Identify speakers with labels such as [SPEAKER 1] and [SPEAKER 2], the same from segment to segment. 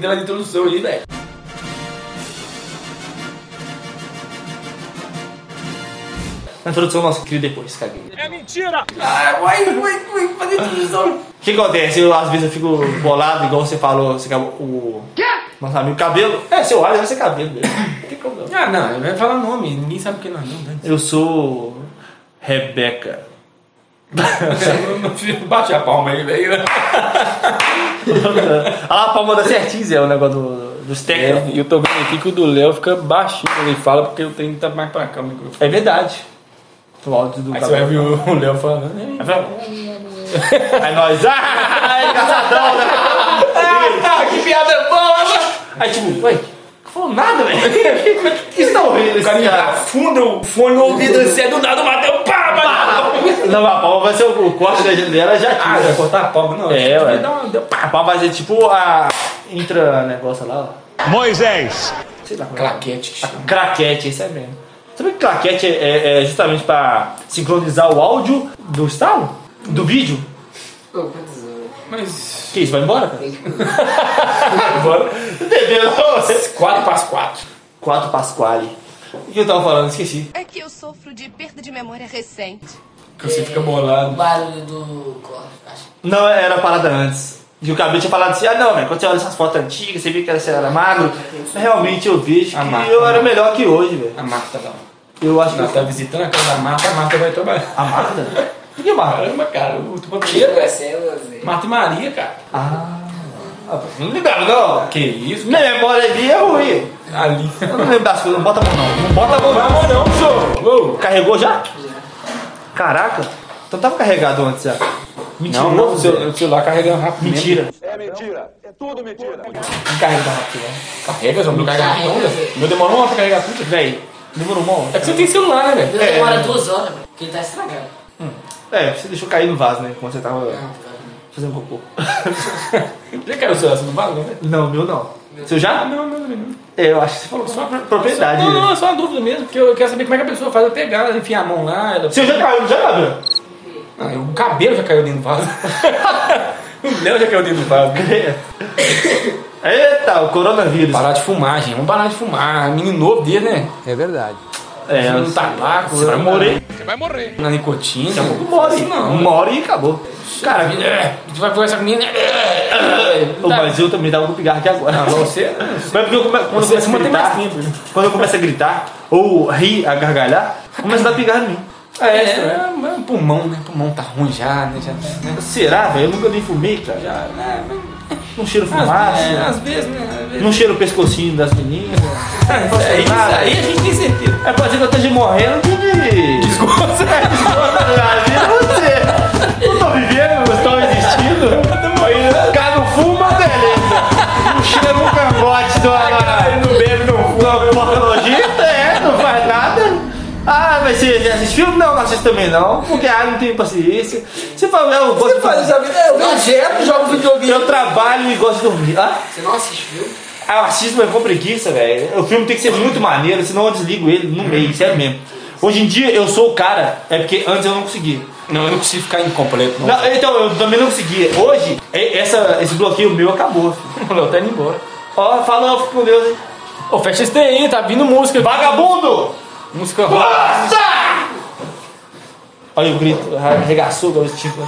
[SPEAKER 1] dela de introdução ali, velho.
[SPEAKER 2] Na introdução nosso cria depois, caguei.
[SPEAKER 3] É mentira!
[SPEAKER 1] Ah, vai, vai, vai fazer introdução.
[SPEAKER 2] O que acontece? Eu às vezes eu fico bolado, igual você falou, você acabou o. Nosso amigo cabelo. É, seu Alisson vai ser cabelo mesmo. Não tem como não.
[SPEAKER 1] Ah, não, vai falar nome, ninguém sabe quem nós não, né?
[SPEAKER 2] Eu sou. Rebeca.
[SPEAKER 1] Bate a palma aí, velho.
[SPEAKER 2] ah, a palma da certinha é o negócio do- dos técnicos.
[SPEAKER 1] É, E eu tô vendo aqui que o do Léo fica baixinho quando ele fala, porque eu tenho que estar mais pra cá o microfone.
[SPEAKER 2] É, verdade. O áudio do
[SPEAKER 1] É. Aí você vai
[SPEAKER 2] cabelo.
[SPEAKER 1] ver o Léo falando. né?
[SPEAKER 2] Aí vai- Aí nós. Ah, engraçadão, né?
[SPEAKER 1] Ah, que piada boa!
[SPEAKER 2] Aí tipo, ué, não falou nada, velho. Como é que isso tá horrível esse cara?
[SPEAKER 1] Afunda o fone no ouvido, assim, é do nada, o Matheus, pá, pá, pá.
[SPEAKER 2] Não, a palma vai ser o, o corte da dela já
[SPEAKER 1] Ah,
[SPEAKER 2] tira.
[SPEAKER 1] vai cortar a palma, não.
[SPEAKER 2] É,
[SPEAKER 1] vai
[SPEAKER 2] ué.
[SPEAKER 1] dar uma... deu-
[SPEAKER 2] a palma vai ser tipo a. Entra negócio lá, ó.
[SPEAKER 3] Moisés!
[SPEAKER 2] Sei lá. como é.
[SPEAKER 1] Claquete. que chama.
[SPEAKER 2] Craquete, isso é mesmo. Sabe que claquete é, é- é justamente pra sincronizar o áudio do estalo? Do vídeo?
[SPEAKER 1] Mas...
[SPEAKER 2] Que isso, vai embora, cara? vai embora. Entendeu? Não,
[SPEAKER 1] 4 para 4.
[SPEAKER 2] 4 Pasquale. O que eu tava falando? Esqueci.
[SPEAKER 4] É que eu sofro de perda de memória recente.
[SPEAKER 1] Que você fica bolado.
[SPEAKER 5] barulho do corte, acho.
[SPEAKER 2] Não, era a parada antes. E o cabelo tinha falado assim, ah não, velho, quando você olha essas fotos antigas, você vê que você era magro. Realmente eu vejo que
[SPEAKER 1] Amar.
[SPEAKER 2] eu era melhor que hoje, velho.
[SPEAKER 1] A Marta lá.
[SPEAKER 2] Eu acho que...
[SPEAKER 1] Ela né? tá visitando a casa da Marta, a Marta vai trabalhar.
[SPEAKER 2] A Marta? Por que Marta?
[SPEAKER 1] Caramba, cara, o tupaqueiro, velho. Marta e Maria, cara.
[SPEAKER 2] Ah, não ligaram não.
[SPEAKER 1] Que isso?
[SPEAKER 2] Minha memória ali é ruim.
[SPEAKER 1] Ali.
[SPEAKER 2] Eu não lembro das coisas, não bota a mão não. Não bota a mão não.
[SPEAKER 1] Vamos não, senhor. Uou.
[SPEAKER 2] Carregou já? Caraca, então tava carregado antes já. Mentiroso,
[SPEAKER 1] Não, não, o
[SPEAKER 2] seu-
[SPEAKER 1] celular, o celular carregando rápido. mesmo.
[SPEAKER 2] Mentira.
[SPEAKER 1] Carrega rápido, né? Carrega, João, não carrega rápido. não, velho. Meu demorou uma hora pra carregar tudo.
[SPEAKER 2] Véi, demorou uma hora.
[SPEAKER 1] É que você tem celular, né, velho?
[SPEAKER 5] Ele demora duas horas, velho, porque ele tá estragado.
[SPEAKER 2] É, você deixou cair no vaso, né? Quando você tava
[SPEAKER 5] Não, cara.
[SPEAKER 2] fazendo cocô.
[SPEAKER 1] Já caiu o celular, você não né? vale, não, velho?
[SPEAKER 2] Não, meu não. Seu já?
[SPEAKER 1] Ah, não, não, não. não.
[SPEAKER 2] É, eu acho que você falou só pro- propriedade.
[SPEAKER 1] Não, não,
[SPEAKER 2] né?
[SPEAKER 1] é só uma dúvida mesmo, porque eu quero saber como é que a pessoa faz. Eu pegar, ela enfia a mão lá, ela...
[SPEAKER 2] Seu já caiu, não já, Gabriel?
[SPEAKER 1] Ah, eu- o cabelo já caiu dentro do vaso. o Léo já caiu dentro do vaso.
[SPEAKER 2] Eita, o coronavírus.
[SPEAKER 1] Parar de fumar, gente. Vamos parar de fumar. Menino novo dele, né?
[SPEAKER 2] É,
[SPEAKER 1] Não tá tabaco. né?
[SPEAKER 2] você vai morrer.
[SPEAKER 3] Você vai morrer!
[SPEAKER 1] Na nicotina. Daqui a pouco
[SPEAKER 2] Morre,
[SPEAKER 1] Não.
[SPEAKER 2] morre e acabou. Cara,
[SPEAKER 1] É, Tu vai conversar comigo, né?
[SPEAKER 2] o Brasil também dá um pigarro aqui agora.
[SPEAKER 1] Tá. Ah, mas você...
[SPEAKER 2] Mas porque eu come- quando eu
[SPEAKER 1] Você se
[SPEAKER 2] começo a
[SPEAKER 1] mantém mais
[SPEAKER 2] gritar,
[SPEAKER 1] tempo. né?
[SPEAKER 2] quando eu começo a gritar, ou rir, a gargalhar, começa a dar pigarro em mim.
[SPEAKER 1] É, é, pulmão, né? Pulmão tá ruim já, né? Já, né?
[SPEAKER 2] Será, velho? Eu nunca nem fumei, cara.
[SPEAKER 1] já né? mas-
[SPEAKER 2] Não cheiro
[SPEAKER 1] Às, é,
[SPEAKER 2] fumaça,
[SPEAKER 1] às vezes, né? Às vezes.
[SPEAKER 2] não cheiro o pescocinho das meninas.
[SPEAKER 1] É isso aí, a gente tem certeza.
[SPEAKER 2] É pra dizer que eu esteja morrendo de...
[SPEAKER 1] Desgosto.
[SPEAKER 2] A vida não sei. Não tô vivendo, não estou existindo. Cara, não fuma, beleza. Não cheira um cangote do
[SPEAKER 1] Não bebe, não fuma.
[SPEAKER 2] Não, pornologista é, não faz nada. Ah, mas você já assistiu? Não, não assisto também não, porque ah, não tenho paciência. Você fala, eu gosto de
[SPEAKER 1] Faz
[SPEAKER 2] dormir.
[SPEAKER 1] essa vida, eu vegeto, jogo videogame.
[SPEAKER 2] Eu trabalho e gosto de dormir. Ah,
[SPEAKER 5] Você não assistiu?
[SPEAKER 2] ah, eu assisto, mas com preguiça, velho. O filme tem que ser muito maneiro, senão eu desligo ele no meio, sério mesmo. Hoje em dia eu sou o cara, é porque antes eu não conseguia.
[SPEAKER 1] Não, eu não consigo ficar incompleto, não.
[SPEAKER 2] Não, então, eu também não conseguia. Hoje, e- essa, esse bloqueio meu acabou. filho.
[SPEAKER 1] O Léo tá indo embora.
[SPEAKER 2] Ó, fala, eu fico com Deus, hein?
[SPEAKER 1] Ô, fecha esse daí, hein? tá vindo música.
[SPEAKER 2] Vagabundo!
[SPEAKER 1] Música rock.
[SPEAKER 2] Nossa! Olha o grito, arregaçou o tipo.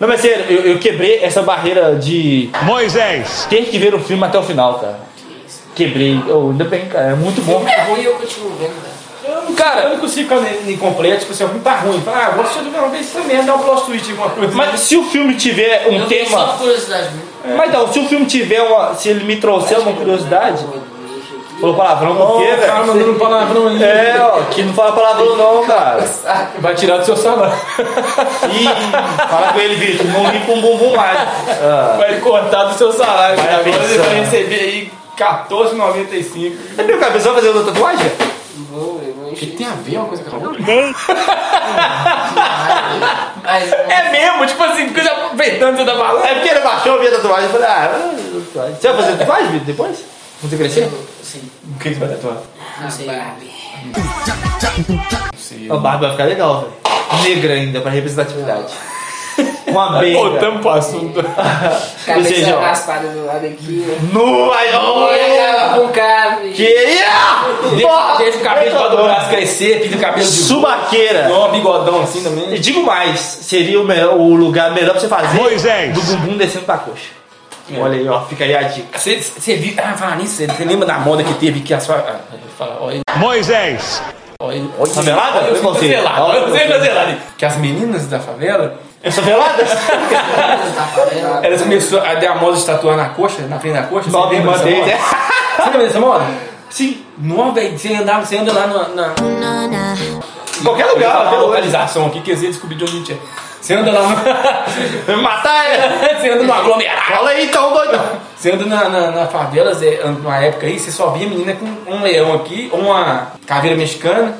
[SPEAKER 2] Não, mas sério, eu, eu quebrei essa barreira de
[SPEAKER 3] Moisés!
[SPEAKER 2] ter que ver o filme até o final, cara. Quebrei. Oh, ainda bem, cara, é muito bom.
[SPEAKER 5] É ruim eu continuo vendo, velho.
[SPEAKER 1] Eu não- Cara, eu não consigo ficar ne- incompleto, tipo assim, o filme tá ruim. Fala, ah, vou assistir outra vez isso também, dá um plot twist, alguma coisa.
[SPEAKER 2] Mas se o filme tiver um
[SPEAKER 5] Eu tenho só
[SPEAKER 2] tema.
[SPEAKER 5] curiosidade mesmo.
[SPEAKER 2] Mas então, se o filme tiver uma. Se ele me trouxer uma curiosidade. Falou palavrão
[SPEAKER 1] Ô,
[SPEAKER 2] porque,
[SPEAKER 1] o cara
[SPEAKER 2] velho?
[SPEAKER 1] mandando um palavrão aí.
[SPEAKER 2] É, ó, que não fala palavrão não, cara.
[SPEAKER 1] Vai tirar do seu salário.
[SPEAKER 2] Ih, fala com ele, Vitor, não limpa um bumbum mais. Ah.
[SPEAKER 1] Vai cortar do seu salário.
[SPEAKER 2] Vai
[SPEAKER 1] cara. Agora você
[SPEAKER 2] pensando.
[SPEAKER 1] vai receber aí 14,95.
[SPEAKER 2] Você viu que a pessoa fazer outra tatuagem?
[SPEAKER 5] Vou, eu vou encher.
[SPEAKER 1] Tem a ver uma coisa com a outra?
[SPEAKER 5] Mas
[SPEAKER 1] É mesmo, tipo assim, coisa aproveitando que você tá falando.
[SPEAKER 2] É porque ele baixou, eu vi a tatuagem e falei, ah, tatuagem. Você vai fazer tatuagem, Vitor, depois? Quando você crescer?
[SPEAKER 5] eu sei,
[SPEAKER 1] O que você vai tatuar?
[SPEAKER 5] não sei.
[SPEAKER 2] A barba vai ficar legal, velho. Negra ainda, pra representatividade.
[SPEAKER 1] Uma beira.
[SPEAKER 2] Voltamos pro assunto.
[SPEAKER 5] Cabeça
[SPEAKER 1] seja, ó.
[SPEAKER 5] raspada do lado aqui. né? ó.
[SPEAKER 2] No, ai,
[SPEAKER 5] E acaba com um o cara, bicho.
[SPEAKER 2] Que ia!
[SPEAKER 1] Deixa, deixa o cabelo do braço crescer, pinta o cabelo de
[SPEAKER 2] Subaqueira.
[SPEAKER 1] Não, bigodão assim também.
[SPEAKER 2] E digo mais, seria o, melhor- o lugar melhor pra você fazer
[SPEAKER 3] Moisés.
[SPEAKER 2] do bumbum descendo pra coxa. Olha aí, ó, fica aí a dica.
[SPEAKER 1] Você, você viu, ah, falar nisso, você, você lembra da moda que teve que as fa- ah, eu falo, olha,
[SPEAKER 3] Moisés.
[SPEAKER 1] olha, olha,
[SPEAKER 2] Favelada?
[SPEAKER 1] olha, eu
[SPEAKER 2] Eu consigo.
[SPEAKER 1] favelada,
[SPEAKER 2] Olha,
[SPEAKER 1] olha,
[SPEAKER 2] eu
[SPEAKER 1] você favelada. né? Que as meninas da favela,
[SPEAKER 2] Essa velada?
[SPEAKER 5] Tá falando.
[SPEAKER 1] elas começaram a ter a moda de tatuar na coxa, na frente da coxa. Você
[SPEAKER 2] Nova
[SPEAKER 1] lembra
[SPEAKER 2] irmã
[SPEAKER 1] dessa
[SPEAKER 2] deles,
[SPEAKER 1] moda?
[SPEAKER 2] é.
[SPEAKER 1] Você lembra dessa moda?
[SPEAKER 2] Sim,
[SPEAKER 1] Não, velho, você andava, você anda lá na. na...
[SPEAKER 2] qualquer
[SPEAKER 1] Eu ia
[SPEAKER 2] lugar,
[SPEAKER 1] falar
[SPEAKER 2] até
[SPEAKER 1] a
[SPEAKER 2] hoje.
[SPEAKER 1] localização aqui, que você descobrir de onde a gente é. Você anda lá no.
[SPEAKER 2] Matar ela.
[SPEAKER 1] você anda no aglomerado.
[SPEAKER 2] Fala aí então, doidão.
[SPEAKER 1] Você anda na, na, na favela, Zé, an- numa época aí, você só via menina com um leão aqui, ou uma caveira mexicana.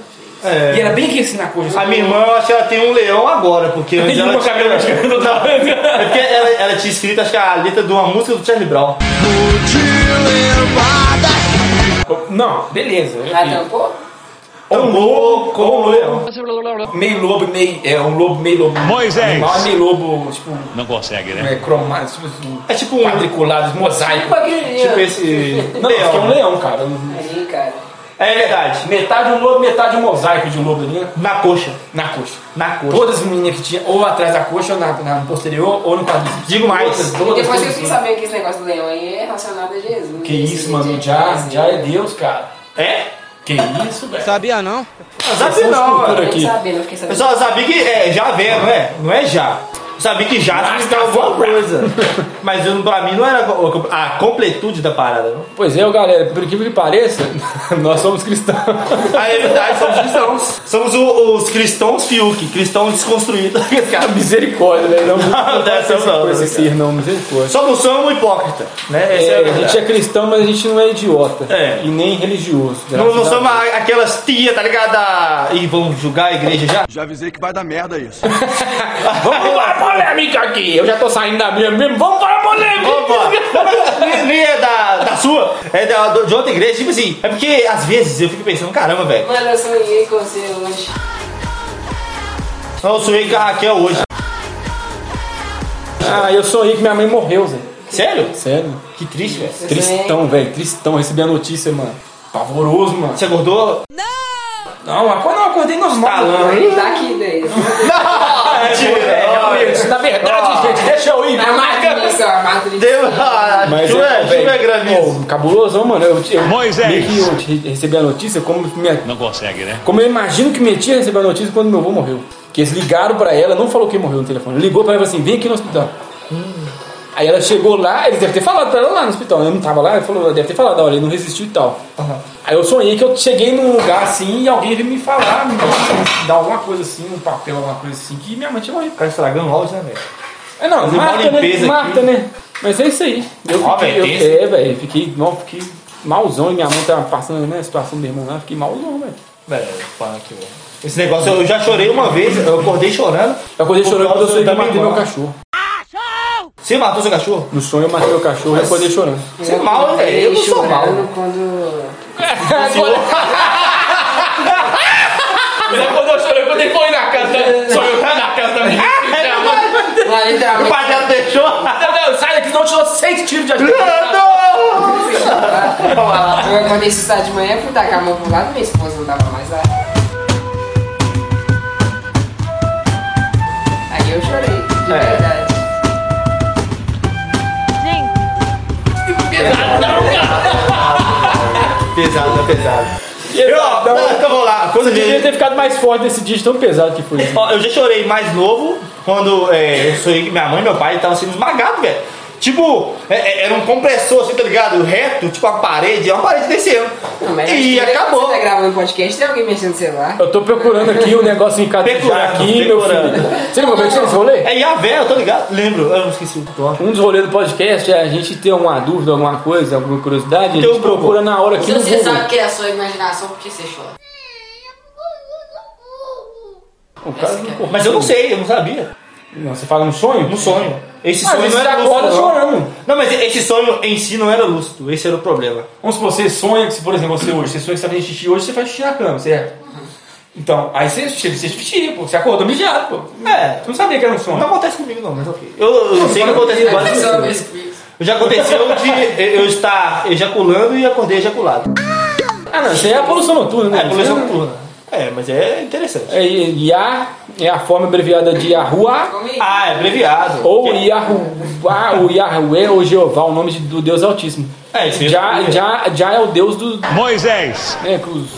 [SPEAKER 2] É.
[SPEAKER 1] E era bem que assim na coxa.
[SPEAKER 2] A minha irmã, eu acho que ela tem um leão agora, porque antes
[SPEAKER 1] E
[SPEAKER 2] ela
[SPEAKER 1] uma caveira
[SPEAKER 2] tinha...
[SPEAKER 1] mexicana do
[SPEAKER 2] É porque ela, ela tinha escrito, acho que a letra de uma música do Charlie Brown.
[SPEAKER 1] Não, beleza.
[SPEAKER 5] Ah, tampou?
[SPEAKER 2] Um lobo com um leão.
[SPEAKER 1] Meio lobo, meio. É um lobo, meio lobo.
[SPEAKER 3] Moisés.
[SPEAKER 1] Animal, meio lobo, tipo,
[SPEAKER 3] Não consegue, né?
[SPEAKER 1] é, cromado, tipo, assim,
[SPEAKER 2] É tipo um...
[SPEAKER 1] quadriculados,
[SPEAKER 5] É um
[SPEAKER 1] mosaico.
[SPEAKER 2] Tipo esse...
[SPEAKER 1] Não, acho que é um leão, cara.
[SPEAKER 5] Aí, cara.
[SPEAKER 2] É verdade.
[SPEAKER 1] Metade um lobo, metade um mosaico de lobo ali, né?
[SPEAKER 2] Na coxa.
[SPEAKER 1] na coxa.
[SPEAKER 2] Na coxa.
[SPEAKER 1] Todas as meninas que tinha, ou atrás da coxa, ou na, na posterior, ou no quadríceps.
[SPEAKER 2] Digo mais.
[SPEAKER 1] Todas,
[SPEAKER 5] E
[SPEAKER 1] todas,
[SPEAKER 5] depois eu
[SPEAKER 1] todas,
[SPEAKER 5] fui
[SPEAKER 1] todas.
[SPEAKER 5] saber que esse negócio do leão aí é relacionado a Jesus.
[SPEAKER 1] Que isso, mano, já,
[SPEAKER 5] Jazz,
[SPEAKER 1] já é Deus, cara.
[SPEAKER 2] É?
[SPEAKER 1] Que isso, velho.
[SPEAKER 6] Sabia não?
[SPEAKER 2] Não sabe não.
[SPEAKER 1] escultura
[SPEAKER 2] é.
[SPEAKER 5] Eu
[SPEAKER 1] aqui.
[SPEAKER 5] fiquei sabendo, eu fiquei
[SPEAKER 2] Eu
[SPEAKER 5] sabendo.
[SPEAKER 2] só sabia que é já vem, não é? Não é já. Eu sabia que já significa alguma coisa. Mas eu, pra mim não era a completude da parada, não.
[SPEAKER 1] Pois é, galera, por incrível que pareça, nós somos cristãos.
[SPEAKER 2] A realidade somos cristãos. Somos o- os cristãos Fiuk, cristãos desconstruídos.
[SPEAKER 1] Cara, misericórdia, velho. Não,
[SPEAKER 2] Não,
[SPEAKER 1] não,
[SPEAKER 2] dessa não,
[SPEAKER 1] não,
[SPEAKER 2] cara.
[SPEAKER 1] não, misericórdia.
[SPEAKER 2] Só não somos um hipócrita, né? Essa é a
[SPEAKER 1] a
[SPEAKER 2] verdade.
[SPEAKER 1] gente é cristão, mas a gente não é idiota.
[SPEAKER 2] É.
[SPEAKER 1] E nem religioso.
[SPEAKER 2] Não, não
[SPEAKER 1] graças a
[SPEAKER 2] somos a- aquelas tia, tá ligado? Da- E vão julgar a igreja já?
[SPEAKER 7] Já avisei que vai dar merda isso.
[SPEAKER 1] Vamos para a polêmica aqui. Eu já tô saindo da minha mesmo. Vamos para a polêmica.
[SPEAKER 2] Opa! Nem- Nem é da, da sua, é da, do- de outra igreja, tipo assim. É porque às vezes eu fico pensando, caramba, velho.
[SPEAKER 5] Mano, eu sonhei com você hoje.
[SPEAKER 2] Eu sonhei com a Raquel hoje.
[SPEAKER 1] Ah, eu sonhei que minha mãe morreu, Zé.
[SPEAKER 2] Sério?
[SPEAKER 1] Sério?
[SPEAKER 2] Que triste, velho.
[SPEAKER 1] Tristão, velho. Tristão. Recebi a notícia, mano. Pavoroso, mano.
[SPEAKER 2] Você acordou?
[SPEAKER 1] Não, mas quando eu acordei normal.
[SPEAKER 2] Talão, hein?
[SPEAKER 5] Daqui né? daí.
[SPEAKER 2] é,
[SPEAKER 1] é, Isso, Na verdade, gente, deixa eu ir.
[SPEAKER 5] A matriz, ó, a matriz.
[SPEAKER 2] Deu. Ah,
[SPEAKER 1] Mas
[SPEAKER 2] chuva
[SPEAKER 1] é,
[SPEAKER 2] é, chuva é granizo.
[SPEAKER 1] Ô, cabulosão, mano. Eu, eu
[SPEAKER 3] Moisés.
[SPEAKER 1] meio que eu te- recebi a notícia, como, minha-
[SPEAKER 3] Não consegue, né?
[SPEAKER 1] como eu imagino que minha tia recebeu a notícia quando meu avô morreu. Que eles ligaram pra ela, não falou quem morreu no telefone. Ligou pra ela e falou assim, vem aqui no hospital. Aí ela chegou lá, eles devem ter falado pra ela lá no hospital. né? Eu não tava lá, ele falou, ela deve ter falado, olha, ele não resistiu e tal. Aí eu sonhei que eu cheguei num lugar assim e alguém veio me falar, me dar alguma coisa assim, um papel, alguma coisa assim, que minha mãe tinha morrido.
[SPEAKER 2] O cara estragando o áudio, né, velho?
[SPEAKER 1] É não,
[SPEAKER 2] Fazer uma
[SPEAKER 1] Marta,
[SPEAKER 2] limpeza
[SPEAKER 1] né?
[SPEAKER 2] aqui.
[SPEAKER 1] Marta, né? Mas é isso aí. Eu
[SPEAKER 2] Ó,
[SPEAKER 1] fiquei,
[SPEAKER 2] velho,
[SPEAKER 1] eu,
[SPEAKER 2] tem
[SPEAKER 1] é, velho, fiquei, não, fiquei malzão e minha mãe tava passando né, a situação do meu irmão lá, fiquei malzão, velho.
[SPEAKER 2] Velho, punk, velho. Esse negócio, eu já chorei uma vez, eu acordei chorando.
[SPEAKER 1] Eu acordei
[SPEAKER 2] Por
[SPEAKER 1] chorando
[SPEAKER 2] causa
[SPEAKER 1] quando eu sonhei que eu
[SPEAKER 2] da
[SPEAKER 1] matei
[SPEAKER 2] minha
[SPEAKER 1] meu
[SPEAKER 2] irmã.
[SPEAKER 1] cachorro.
[SPEAKER 2] Você matou seu cachorro?
[SPEAKER 1] No sonho eu matei meu cachorro e eu acordei chorando.
[SPEAKER 2] Você é mal, velho. Eu não sou mal.
[SPEAKER 5] Chorando Quando...
[SPEAKER 1] quando eu chorei, quando ele foi na
[SPEAKER 2] Ah,
[SPEAKER 1] casa, só eu tá na casa da minha
[SPEAKER 5] Lá,
[SPEAKER 2] O
[SPEAKER 5] literalmente,
[SPEAKER 2] pai dela deixou.
[SPEAKER 1] Sai daqui, senão eu te dou seis tiros de ajuda.
[SPEAKER 2] Não!
[SPEAKER 5] eu acordei sexta de manhã, fui tacar a mão pro lado, minha esposa não tava mais lá. Aí eu chorei, de
[SPEAKER 2] É.
[SPEAKER 5] verdade.
[SPEAKER 2] Pesado, é pesado. Eu, ó, não, então vamos lá. Coisa
[SPEAKER 1] Eu devia
[SPEAKER 2] de...
[SPEAKER 1] ter ficado mais forte nesse dia de tão pesado que foi.
[SPEAKER 2] Ó, eu já chorei mais novo quando é, eu sonhei que minha mãe e meu pai estavam sendo esmagados, velho. Tipo, é, é, era um compressor, assim, tá ligado? Reto, tipo uma parede, é uma parede descendo.
[SPEAKER 5] Não, mas
[SPEAKER 2] e
[SPEAKER 5] acho que
[SPEAKER 2] acabou.
[SPEAKER 5] Você tá gravando podcast, tem alguém mexendo no celular?
[SPEAKER 1] Eu tô procurando aqui o negócio em casa
[SPEAKER 2] Decorando,
[SPEAKER 1] aqui, meu filho.
[SPEAKER 2] decorando.
[SPEAKER 1] Você lembra como é que você fez esse rolê?
[SPEAKER 2] É Yavé, eu tô ligado. Lembro, eu não esqueci o nome.
[SPEAKER 1] Um dos rolês do podcast é a gente ter alguma dúvida, alguma coisa, alguma curiosidade, a
[SPEAKER 2] Tem
[SPEAKER 1] gente
[SPEAKER 2] um Google.
[SPEAKER 1] procura na hora aqui no Google.
[SPEAKER 5] que é a sua imaginação, por que você chora?
[SPEAKER 1] O cara não corre.
[SPEAKER 2] Mas eu não sei, eu não sabia.
[SPEAKER 1] Não, você fala um sonho?
[SPEAKER 2] Um sonho. Esse
[SPEAKER 1] Ah,
[SPEAKER 2] sonho
[SPEAKER 1] mas
[SPEAKER 2] não
[SPEAKER 1] você
[SPEAKER 2] era
[SPEAKER 1] acorda
[SPEAKER 2] lúcido. não.
[SPEAKER 1] chorando.
[SPEAKER 2] Não, mas esse sonho em si não era lúcido, esse era o problema.
[SPEAKER 1] Vamos supor, você sonha, que, se, por exemplo, você hoje, você sonha que você tá fazendo xixi hoje, você faz xixi na cama, certo? Então, aí você chega, você vestia, pô. Você acordou mijado, pô. Você
[SPEAKER 2] É,
[SPEAKER 1] não sabia que era um
[SPEAKER 2] não
[SPEAKER 1] sonho.
[SPEAKER 2] acontece comigo não, mas ok. Eu, eu sei que acontece com várias
[SPEAKER 5] Só
[SPEAKER 2] pessoas.
[SPEAKER 5] Miss Piggy.
[SPEAKER 2] Já aconteceu de eu estar ejaculando e acordei ejaculado.
[SPEAKER 1] Ah, não, isso aí é a poluição noturna, né?
[SPEAKER 2] É, coleção
[SPEAKER 1] Isso
[SPEAKER 2] noturna. É, mas é interessante.
[SPEAKER 1] É, é, IA é a forma abreviada de Yahuwah,
[SPEAKER 5] Come aí.
[SPEAKER 2] Ah, é abreviado.
[SPEAKER 1] ou Yahuwah, ou Yahweh, ou Jeová, o nome de- do Deus Altíssimo.
[SPEAKER 2] É, isso aí eu
[SPEAKER 1] Já,
[SPEAKER 2] sabia.
[SPEAKER 1] já, já é o Deus do.
[SPEAKER 3] Moisés.
[SPEAKER 1] né, que os,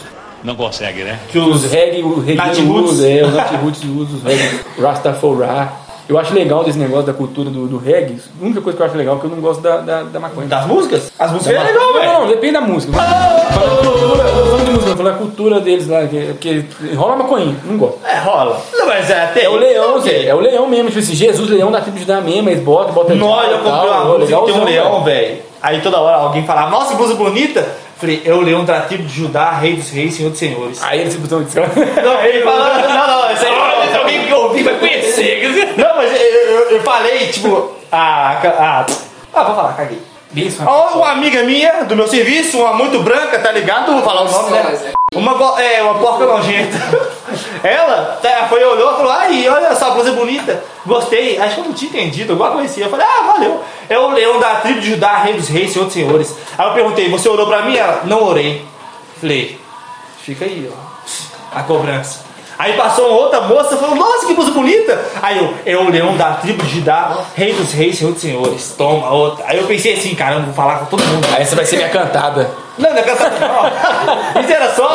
[SPEAKER 3] Não consegue, né?
[SPEAKER 2] Que os
[SPEAKER 1] os reggae, o reggae
[SPEAKER 2] Nath-roots.
[SPEAKER 1] usa, é, os Nath-roots usam, os reggae, Rastafari. Eu acho legal desse negócio da cultura do, do reggae. A única coisa que eu acho legal é que eu não gosto da, da, da maconha.
[SPEAKER 2] das músicas? As
[SPEAKER 1] Da
[SPEAKER 2] músicas é
[SPEAKER 1] maconha.
[SPEAKER 2] legal,
[SPEAKER 1] não,
[SPEAKER 2] velho.
[SPEAKER 1] não, depende da música. Falando de cultura, eu tô falando de música, eu tô falando da cultura deles lá, que, porque rola maconha, não gosto.
[SPEAKER 2] É, rola. Não, mas é até.
[SPEAKER 1] É o leão, Zé. É o leão mesmo. Tipo assim, Jesus, leão da tribo de Judá mesmo. Eles botam, botam...
[SPEAKER 2] Nossa, eu
[SPEAKER 1] tal,
[SPEAKER 2] comprei uma
[SPEAKER 1] tal,
[SPEAKER 2] música que tem
[SPEAKER 1] legalzão,
[SPEAKER 2] um leão,
[SPEAKER 1] velho.
[SPEAKER 2] velho. Aí toda hora alguém falava, nossa, que música bonita. Eu Falei, é o leão da tribo de Judá, rei dos reis, senhor dos senhores.
[SPEAKER 1] Aí eles botam...
[SPEAKER 2] Ah, é, Não, ele falou, não, não, isso aí olha, se alguém que ouvir vai conhecer. quer dizer. Ah, Não, mas eu, eu- eu falei, tipo, a. a, a ah, vou falar, caguei.
[SPEAKER 1] Isso,
[SPEAKER 2] Ó, Uma amiga minha, do meu serviço, uma muito branca, tá ligado? Vou falar o nome né?
[SPEAKER 5] Nossa,
[SPEAKER 2] dela. Uma, go- é, uma porca nojenta. Ela tá, foi, olhou e falou: Ai, olha essa blusa bonita. Gostei. Acho que eu não tinha entendido, eu igual conhecia. Eu falei: Ah, valeu. É o leão da tribo de Judá, rei dos reis, senhor dos senhores. Aí eu perguntei: Você orou pra mim? Ela: Não orei. Falei: Fica aí, ó. A cobrança. Aí passou uma outra moça e falou: Nossa, que blusa bonita! Aí eu, é o leão da tribo de Judá, rei dos reis, senhor dos senhores. Toma outra. Aí eu pensei assim: caramba, vou falar com todo mundo.
[SPEAKER 1] Aí essa vai ser minha cantada.
[SPEAKER 2] Não, não é cansado não. Isso era só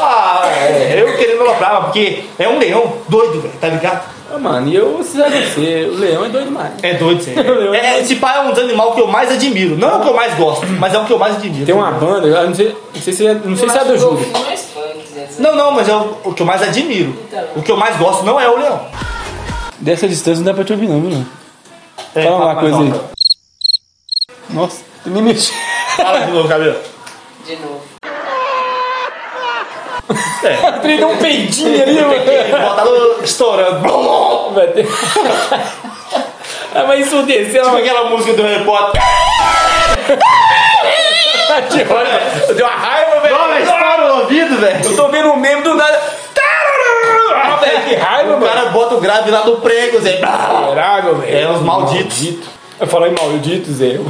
[SPEAKER 2] é, eu querendo aloprar, porque é um leão doido, velho, tá ligado?
[SPEAKER 1] Ah, mano, e eu... Você sabe você. O leão é doido demais.
[SPEAKER 2] É doido,
[SPEAKER 1] Leão
[SPEAKER 2] sério. É, é, esse pai é um dos animais que eu mais admiro. Não é o que eu mais gosto, mas é o que eu mais admiro.
[SPEAKER 1] Tem uma banda... eu Não sei, não sei se é, não sei
[SPEAKER 5] Eu
[SPEAKER 1] se é
[SPEAKER 5] acho
[SPEAKER 1] do Júlio.
[SPEAKER 5] golfinho mais punk, né?
[SPEAKER 2] Não, não, mas é o, o que eu mais admiro.
[SPEAKER 5] Então.
[SPEAKER 2] O que eu mais gosto não é o leão.
[SPEAKER 1] Dessa distância não dá pra te ouvir não, viu? não?
[SPEAKER 2] É,
[SPEAKER 1] Fala uma
[SPEAKER 2] mas
[SPEAKER 1] coisa
[SPEAKER 2] não.
[SPEAKER 1] aí. Nossa, tu me mexeu.
[SPEAKER 2] Fala de novo, cabelo.
[SPEAKER 5] De novo.
[SPEAKER 2] É.
[SPEAKER 1] Ele deu um peidinho ali, mano.
[SPEAKER 2] Botado estourando. Blum, blum.
[SPEAKER 1] Vai ter... Ah, mas isso desceu,
[SPEAKER 2] Tipo aquela música do Harry Potter.
[SPEAKER 1] mano. Deu uma raiva, velho.
[SPEAKER 2] Não, mas estoura o ouvido,
[SPEAKER 1] Eu
[SPEAKER 2] velho.
[SPEAKER 1] tô vendo um meme do nada. Ah, velho, que raiva,
[SPEAKER 2] É, O
[SPEAKER 1] mano.
[SPEAKER 2] cara bota o grave lá no prego, assim. Zé. Blum.
[SPEAKER 1] Caralho, velho.
[SPEAKER 2] É, os malditos.
[SPEAKER 1] Maldito. Eu falei maldito, Zé. Eu-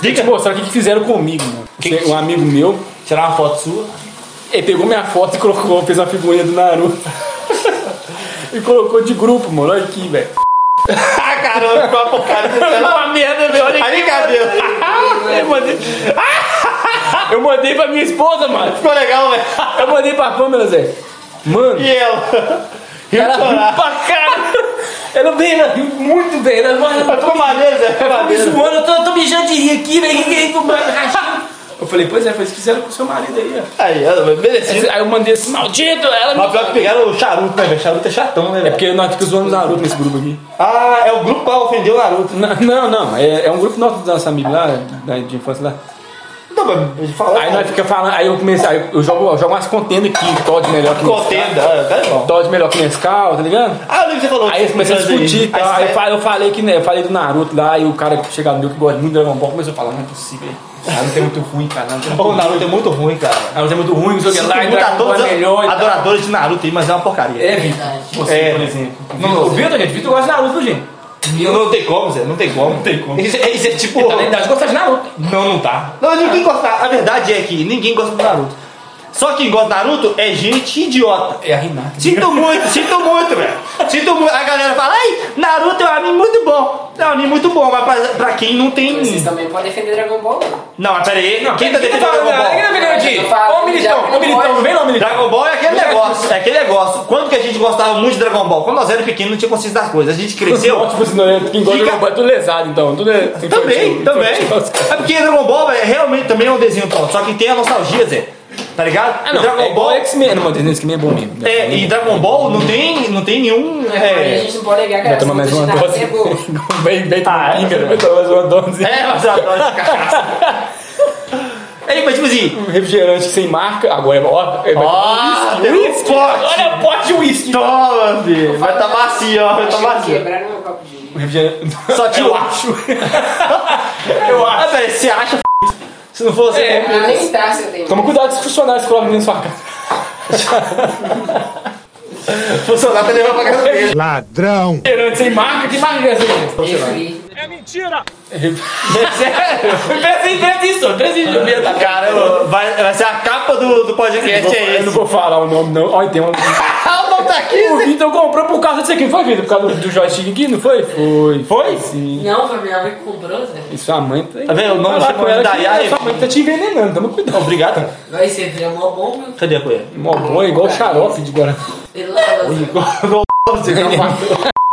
[SPEAKER 1] Tem que
[SPEAKER 2] Diga.
[SPEAKER 1] mostrar o que que fizeram comigo, mano. Você- Um amigo meu,
[SPEAKER 2] Tirar uma foto sua.
[SPEAKER 1] ele pegou minha foto e colocou, fez uma figurinha do Naruto. e colocou de grupo, mano. Olha aqui, velho.
[SPEAKER 2] Ah, caramba, ficou uma porcaria.
[SPEAKER 1] Uma merda, velho. Olha
[SPEAKER 2] Aí, cabelo.
[SPEAKER 1] Eu mandei. Eu mandei pra minha esposa, mano.
[SPEAKER 2] Ficou legal, velho.
[SPEAKER 1] Eu mandei pra Pamela, Zé. Mano.
[SPEAKER 2] E ela? Rio
[SPEAKER 1] Ela riu
[SPEAKER 2] chorar.
[SPEAKER 1] pra caralho. Ela bem, ela riu muito bem. Ela
[SPEAKER 2] Mas ficou maneiro, Zé. Ficou
[SPEAKER 1] Ela né? ficou me
[SPEAKER 2] maneiro.
[SPEAKER 1] zoando, eu tô, eu tô mijando de rir aqui, velho. que que é isso, mano? Eu falei, pois é, foi isso que fizeram com o seu marido aí, ó.
[SPEAKER 2] Aí, ela foi merecido.
[SPEAKER 1] Aí eu mandei esse maldito, ela
[SPEAKER 2] Mas
[SPEAKER 1] me...
[SPEAKER 2] pior que pegaram o charuto, né, velho? Charuto é chatão, né,
[SPEAKER 1] É
[SPEAKER 2] velho?
[SPEAKER 1] porque nós ficamos zoando o Naruto nesse grupo aqui.
[SPEAKER 2] Ah, é o grupo que ofendeu o Naruto.
[SPEAKER 1] Não, não, não, É, é um grupo nosso da nossa amiga lá, da, de infância lá.
[SPEAKER 2] Não, mas ele falou.
[SPEAKER 1] Aí nós fica falando, aí eu comecei, aí eu jogo, eu jogo umas contendas aqui, Todd melhor que Nescau.
[SPEAKER 2] Contenda, ah, tá bom.
[SPEAKER 1] Todd melhor que Nescau, tá ligado?
[SPEAKER 2] Ah, eu lembro que você falou.
[SPEAKER 1] Aí eles começaram a discutir, tá? aí,
[SPEAKER 2] Aí
[SPEAKER 1] eu
[SPEAKER 2] você-
[SPEAKER 1] falei, eu falei que né, eu falei do Naruto lá, e o cara que chegava no meu que gosta muito do Dragon Ball começou a falar, não é possível, hein? Naruto é muito ruim, cara. Naruto é muito
[SPEAKER 2] Ô, o
[SPEAKER 1] ruim.
[SPEAKER 2] Naruto é muito ruim, cara.
[SPEAKER 1] Naruto é muito ruim, não sei o que
[SPEAKER 2] Sinto
[SPEAKER 1] lá, e
[SPEAKER 2] muito a
[SPEAKER 1] Dragon Ball
[SPEAKER 2] todos
[SPEAKER 1] é melhor.
[SPEAKER 2] os
[SPEAKER 1] e tal.
[SPEAKER 2] adoradores de Naruto aí, mas é uma porcaria.
[SPEAKER 1] É, Vitor. Você,
[SPEAKER 2] É.
[SPEAKER 1] por exemplo. Não, o Vitor, gente, o Vitor gosta de Naruto, gente.
[SPEAKER 2] Não, não tem como, Zé. Não tem como. Não
[SPEAKER 1] tem como.
[SPEAKER 2] Isso, é- isso é tipo.
[SPEAKER 1] Na verdade, gosta de Naruto.
[SPEAKER 2] Não, não tá. Não, ninguém gosta. A verdade é que ninguém gosta do Naruto. Só quem gosta do Naruto é gente idiota.
[SPEAKER 1] É a Renata.
[SPEAKER 2] Sinto muito, sinto muito, velho. Sinto muito. A galera fala, ai, Naruto é um anime muito bom. É um anime muito bom, mas pra, pra quem não tem.
[SPEAKER 5] Vocês também podem defender Dragon Ball, né? não.
[SPEAKER 2] Não, mas pera aí. quem tá
[SPEAKER 1] Quem tá
[SPEAKER 2] defendendo
[SPEAKER 1] falando?
[SPEAKER 2] Dragon
[SPEAKER 1] Quem tá
[SPEAKER 2] Ball?
[SPEAKER 1] defendendo
[SPEAKER 5] Eu
[SPEAKER 1] aqui?
[SPEAKER 5] falo,
[SPEAKER 1] Ô,
[SPEAKER 5] já
[SPEAKER 1] militão,
[SPEAKER 5] que
[SPEAKER 1] ô, militão,
[SPEAKER 5] pode.
[SPEAKER 1] não vem não, militão.
[SPEAKER 2] Dragon Ball é aquele negócio, é aquele negócio. Quando que a gente gostava muito de Dragon Ball? Quando nós éramos pequenos não tinha consciência das coisas. A gente
[SPEAKER 1] Ó,
[SPEAKER 2] cresceu.
[SPEAKER 1] Tipo assim, não é- quem gosta de
[SPEAKER 2] Fica-
[SPEAKER 1] Dragon Ball é tudo lesado, então. Tudo é infantil,
[SPEAKER 2] Também,
[SPEAKER 1] infantil.
[SPEAKER 2] também. É porque Dragon Ball velho, realmente também é um desenho pronto. Só que tem a nostalgia, Zé. Tá ligado?
[SPEAKER 1] Ah, não,
[SPEAKER 2] Dragon
[SPEAKER 1] é igual
[SPEAKER 2] Ball
[SPEAKER 1] X-Men. Não, mas X-Men é bom mesmo.
[SPEAKER 2] É, e Dragon Ball não tem, não tem nenhum.
[SPEAKER 5] É. A
[SPEAKER 2] É,
[SPEAKER 5] gente não pode negar que
[SPEAKER 1] Vai tomar mais uma dose.
[SPEAKER 5] É boa.
[SPEAKER 1] Bem, bem,
[SPEAKER 2] Ah,
[SPEAKER 1] tomar,
[SPEAKER 2] é,
[SPEAKER 1] cara. Vai tomar mais uma dose.
[SPEAKER 2] é mas eu adoro essa cachaça. É, mas tipo assim.
[SPEAKER 1] Um refrigerante sem marca. Agora é. Ó, é
[SPEAKER 2] Ó, tem um
[SPEAKER 1] whisky.
[SPEAKER 2] pote.
[SPEAKER 1] Olha o pote de whisky.
[SPEAKER 2] Toma, filho. Vai tá macio, ó. Vai tá macio.
[SPEAKER 5] Quebraram meu copo de vinho.
[SPEAKER 1] Um refrigerante.
[SPEAKER 2] Só te
[SPEAKER 1] eu acho.
[SPEAKER 2] Eu acho. Ah, peraí, você acha, f***? Se não fosse.
[SPEAKER 1] É.
[SPEAKER 2] Então
[SPEAKER 5] Ah, nem tá, você tem.
[SPEAKER 1] Toma cuidado com os funcionários que colocam dentro da sua casa.
[SPEAKER 2] Funcionar tá levando pra casa dele.
[SPEAKER 6] Ladrão!
[SPEAKER 1] Refrigerante sem marca, que marca que é essa?
[SPEAKER 5] Refri.
[SPEAKER 2] Sério?
[SPEAKER 1] Presta presta isso, presta isso.
[SPEAKER 2] Tá, Cara, eu- vai, vai ser a capa do, do podcast, é
[SPEAKER 1] Eu não
[SPEAKER 2] esse.
[SPEAKER 1] vou falar o nome, não. Olha, tem uma.
[SPEAKER 2] Ah, o nome tá aqui,
[SPEAKER 1] O Vitor comprou por causa disso aqui, não foi, Vitor? Por causa do, do joystick aqui, não foi? Foi. Foi? Sim.
[SPEAKER 5] Não, foi minha mãe que comprou, né? Zé.
[SPEAKER 1] E sua mãe tá aí.
[SPEAKER 2] Tá vendo? O nome
[SPEAKER 1] Vai lá
[SPEAKER 2] chama
[SPEAKER 1] com ela
[SPEAKER 2] da
[SPEAKER 1] que
[SPEAKER 2] Yara.
[SPEAKER 1] Sua mãe tá te envenenando, toma cuidado.
[SPEAKER 2] Obrigado.
[SPEAKER 5] Vai ser é uma bomba.
[SPEAKER 2] Cadê a colher?
[SPEAKER 1] Mó bom, é igual xarope de Guaraná.
[SPEAKER 5] Ele lava. Zé.
[SPEAKER 1] tá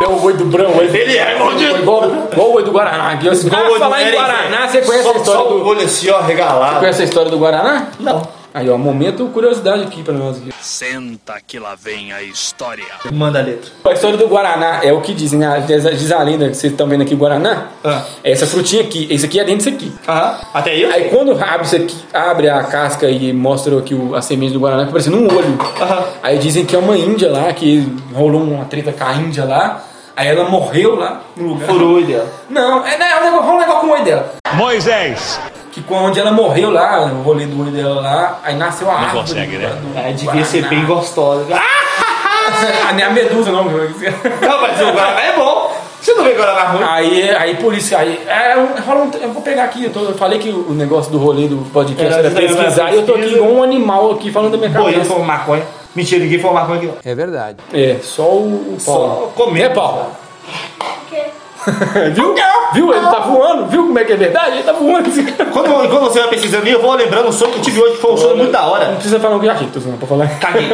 [SPEAKER 1] É o oi do Brão, oi
[SPEAKER 2] Ele é
[SPEAKER 1] Foi
[SPEAKER 2] maldito.
[SPEAKER 1] Igual igual o oi do Guaraná. aqui, assim,
[SPEAKER 2] Igual
[SPEAKER 1] ah,
[SPEAKER 2] o oi do
[SPEAKER 1] falar em
[SPEAKER 2] Eric.
[SPEAKER 1] Guaraná, você conhece
[SPEAKER 2] Só,
[SPEAKER 1] a história
[SPEAKER 2] só o
[SPEAKER 1] do.
[SPEAKER 2] olho assim, ó, regalado.
[SPEAKER 1] Conhece a história do Guaraná?
[SPEAKER 2] Não.
[SPEAKER 1] Aí, ó, momento curiosidade aqui pra nós. aqui.
[SPEAKER 3] Senta que lá vem a história.
[SPEAKER 2] Manda a letra.
[SPEAKER 1] A história do Guaraná é o que dizem, né? diz diz a lenda que vocês estão vendo aqui, Guaraná.
[SPEAKER 2] Ah.
[SPEAKER 1] É essa frutinha aqui, isso aqui é dentro disso aqui.
[SPEAKER 2] Aham. Até aí?
[SPEAKER 1] Aí quando abre isso aqui, abre a casca e mostra aqui o, a semente do Guaraná, que parecendo um olho.
[SPEAKER 2] Aham.
[SPEAKER 1] Aí dizem que é uma índia lá, que rolou uma treta com a índia lá. Aí ela morreu lá no lugar.
[SPEAKER 2] Furou o ideal.
[SPEAKER 1] Não, é, é um negócio, rola um negócio com o olho dela.
[SPEAKER 3] Moisés.
[SPEAKER 1] Que quando ela morreu lá, o rolê do olho dela lá, aí nasceu a árvore.
[SPEAKER 3] consegue, né?
[SPEAKER 1] do- do
[SPEAKER 2] É, devia ser bem
[SPEAKER 1] Guaraná.
[SPEAKER 2] gostosa. Ah,
[SPEAKER 1] Ah, nem a medusa não. meu.
[SPEAKER 2] não, mas o Guaraná é bom. Você não vê Guaraná é ruim?
[SPEAKER 1] Aí, aí por isso, aí. É, rola um- eu vou pegar aqui, eu, tô- eu falei que o negócio do rolê do podcast era
[SPEAKER 2] Era É, isso aí,
[SPEAKER 1] pesquisar
[SPEAKER 2] era
[SPEAKER 1] e eu tô aqui
[SPEAKER 2] pesquisa.
[SPEAKER 1] igual um animal aqui falando da minha
[SPEAKER 2] Pô, ele
[SPEAKER 1] cabeça.
[SPEAKER 2] foi maconha. Mentira, ninguém foi maconha aqui não.
[SPEAKER 6] É verdade.
[SPEAKER 1] É, só o, o Paulo.
[SPEAKER 2] Só comendo.
[SPEAKER 1] É, Paulo. Viu? Viu? Ele tá voando. Viu como é que é verdade? Ele tá voando. Não
[SPEAKER 2] Quando, quando você vai pesquisando aí, eu vou lembrando um sonho que eu tive hoje, que foi um sonho muito da hora.
[SPEAKER 1] precisa falar o que eu achei, tô zoando, pra falar.
[SPEAKER 2] Caguei.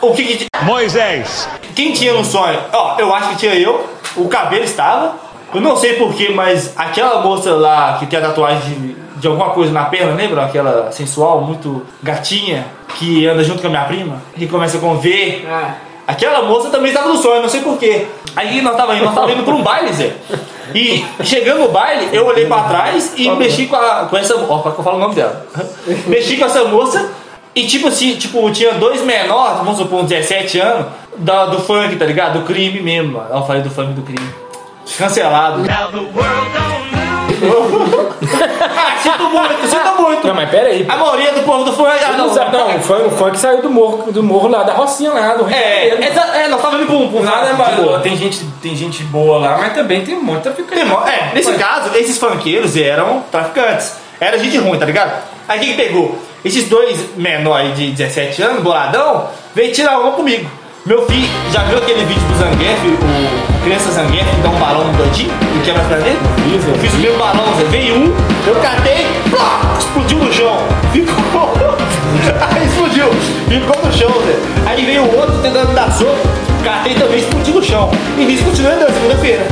[SPEAKER 2] O que, que
[SPEAKER 3] Moisés.
[SPEAKER 2] Quem tinha no sonho? Ó, eu acho que tinha eu, o cabelo estava. Eu não sei porquê, mas aquela moça lá que tem a tatuagem de, de alguma coisa na perna, lembra? Aquela sensual, muito gatinha, que anda junto com a minha prima, que começa com V.
[SPEAKER 5] Ah,
[SPEAKER 2] Aquela moça também estava no sonho, não sei porquê. Aí nós tava indo, nós tava indo pra um baile, Zé. E chegando no baile, eu olhei pra trás e mexi com, a, com essa. Ó, como é que eu falo o nome dela? mexi com essa moça e tipo assim, tipo, tinha dois menores, vamos supor, uns 17 anos, da- do funk, tá ligado? Do crime mesmo, mano. Ó, Eu falei do funk do crime. Cancelado. ah, sinto muito, sinto muito.
[SPEAKER 1] Não, mas pera aí.
[SPEAKER 2] A maioria do povo do funk. Ah,
[SPEAKER 1] Não,
[SPEAKER 2] não,
[SPEAKER 1] sabe, não, o funk, o funk saiu do morro, do morro lá, da rocinha lá, do Rio
[SPEAKER 2] É,
[SPEAKER 1] de Janeiro.
[SPEAKER 2] é, é, nós tava indo pra um. pra um
[SPEAKER 1] Nada é
[SPEAKER 2] de boa.
[SPEAKER 1] boa. Tem gente, tem gente boa lá, mas também tem um monte tá ficando.
[SPEAKER 2] Irmão, É, nesse
[SPEAKER 1] Mas-
[SPEAKER 2] caso, esses funkeiros eram traficantes. Era gente ruim, tá ligado? Aí o que que pegou? Esses dois menores de 17 anos, boladão, veio tirar uma comigo. Meu filho, já viu aquele vídeo do Zangief, o criança Zangief que dá um balão no doidinho e quebra pra dentro?
[SPEAKER 1] Fiz, eu
[SPEAKER 2] Eu fiz o meu balão, Zé. Veio um, eu catei, plá, explodiu no chão. Ficou. Aí explodiu. Ficou no chão, Zé. Aí veio o outro tentando dar soco, catei também, explodiu no chão. E nisso continuei andando, segunda-feira.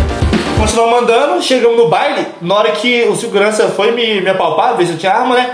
[SPEAKER 2] Continuamos andando, chegamos no baile. Na hora que o segurança foi me, me apalpar, ver se eu tinha arma, né?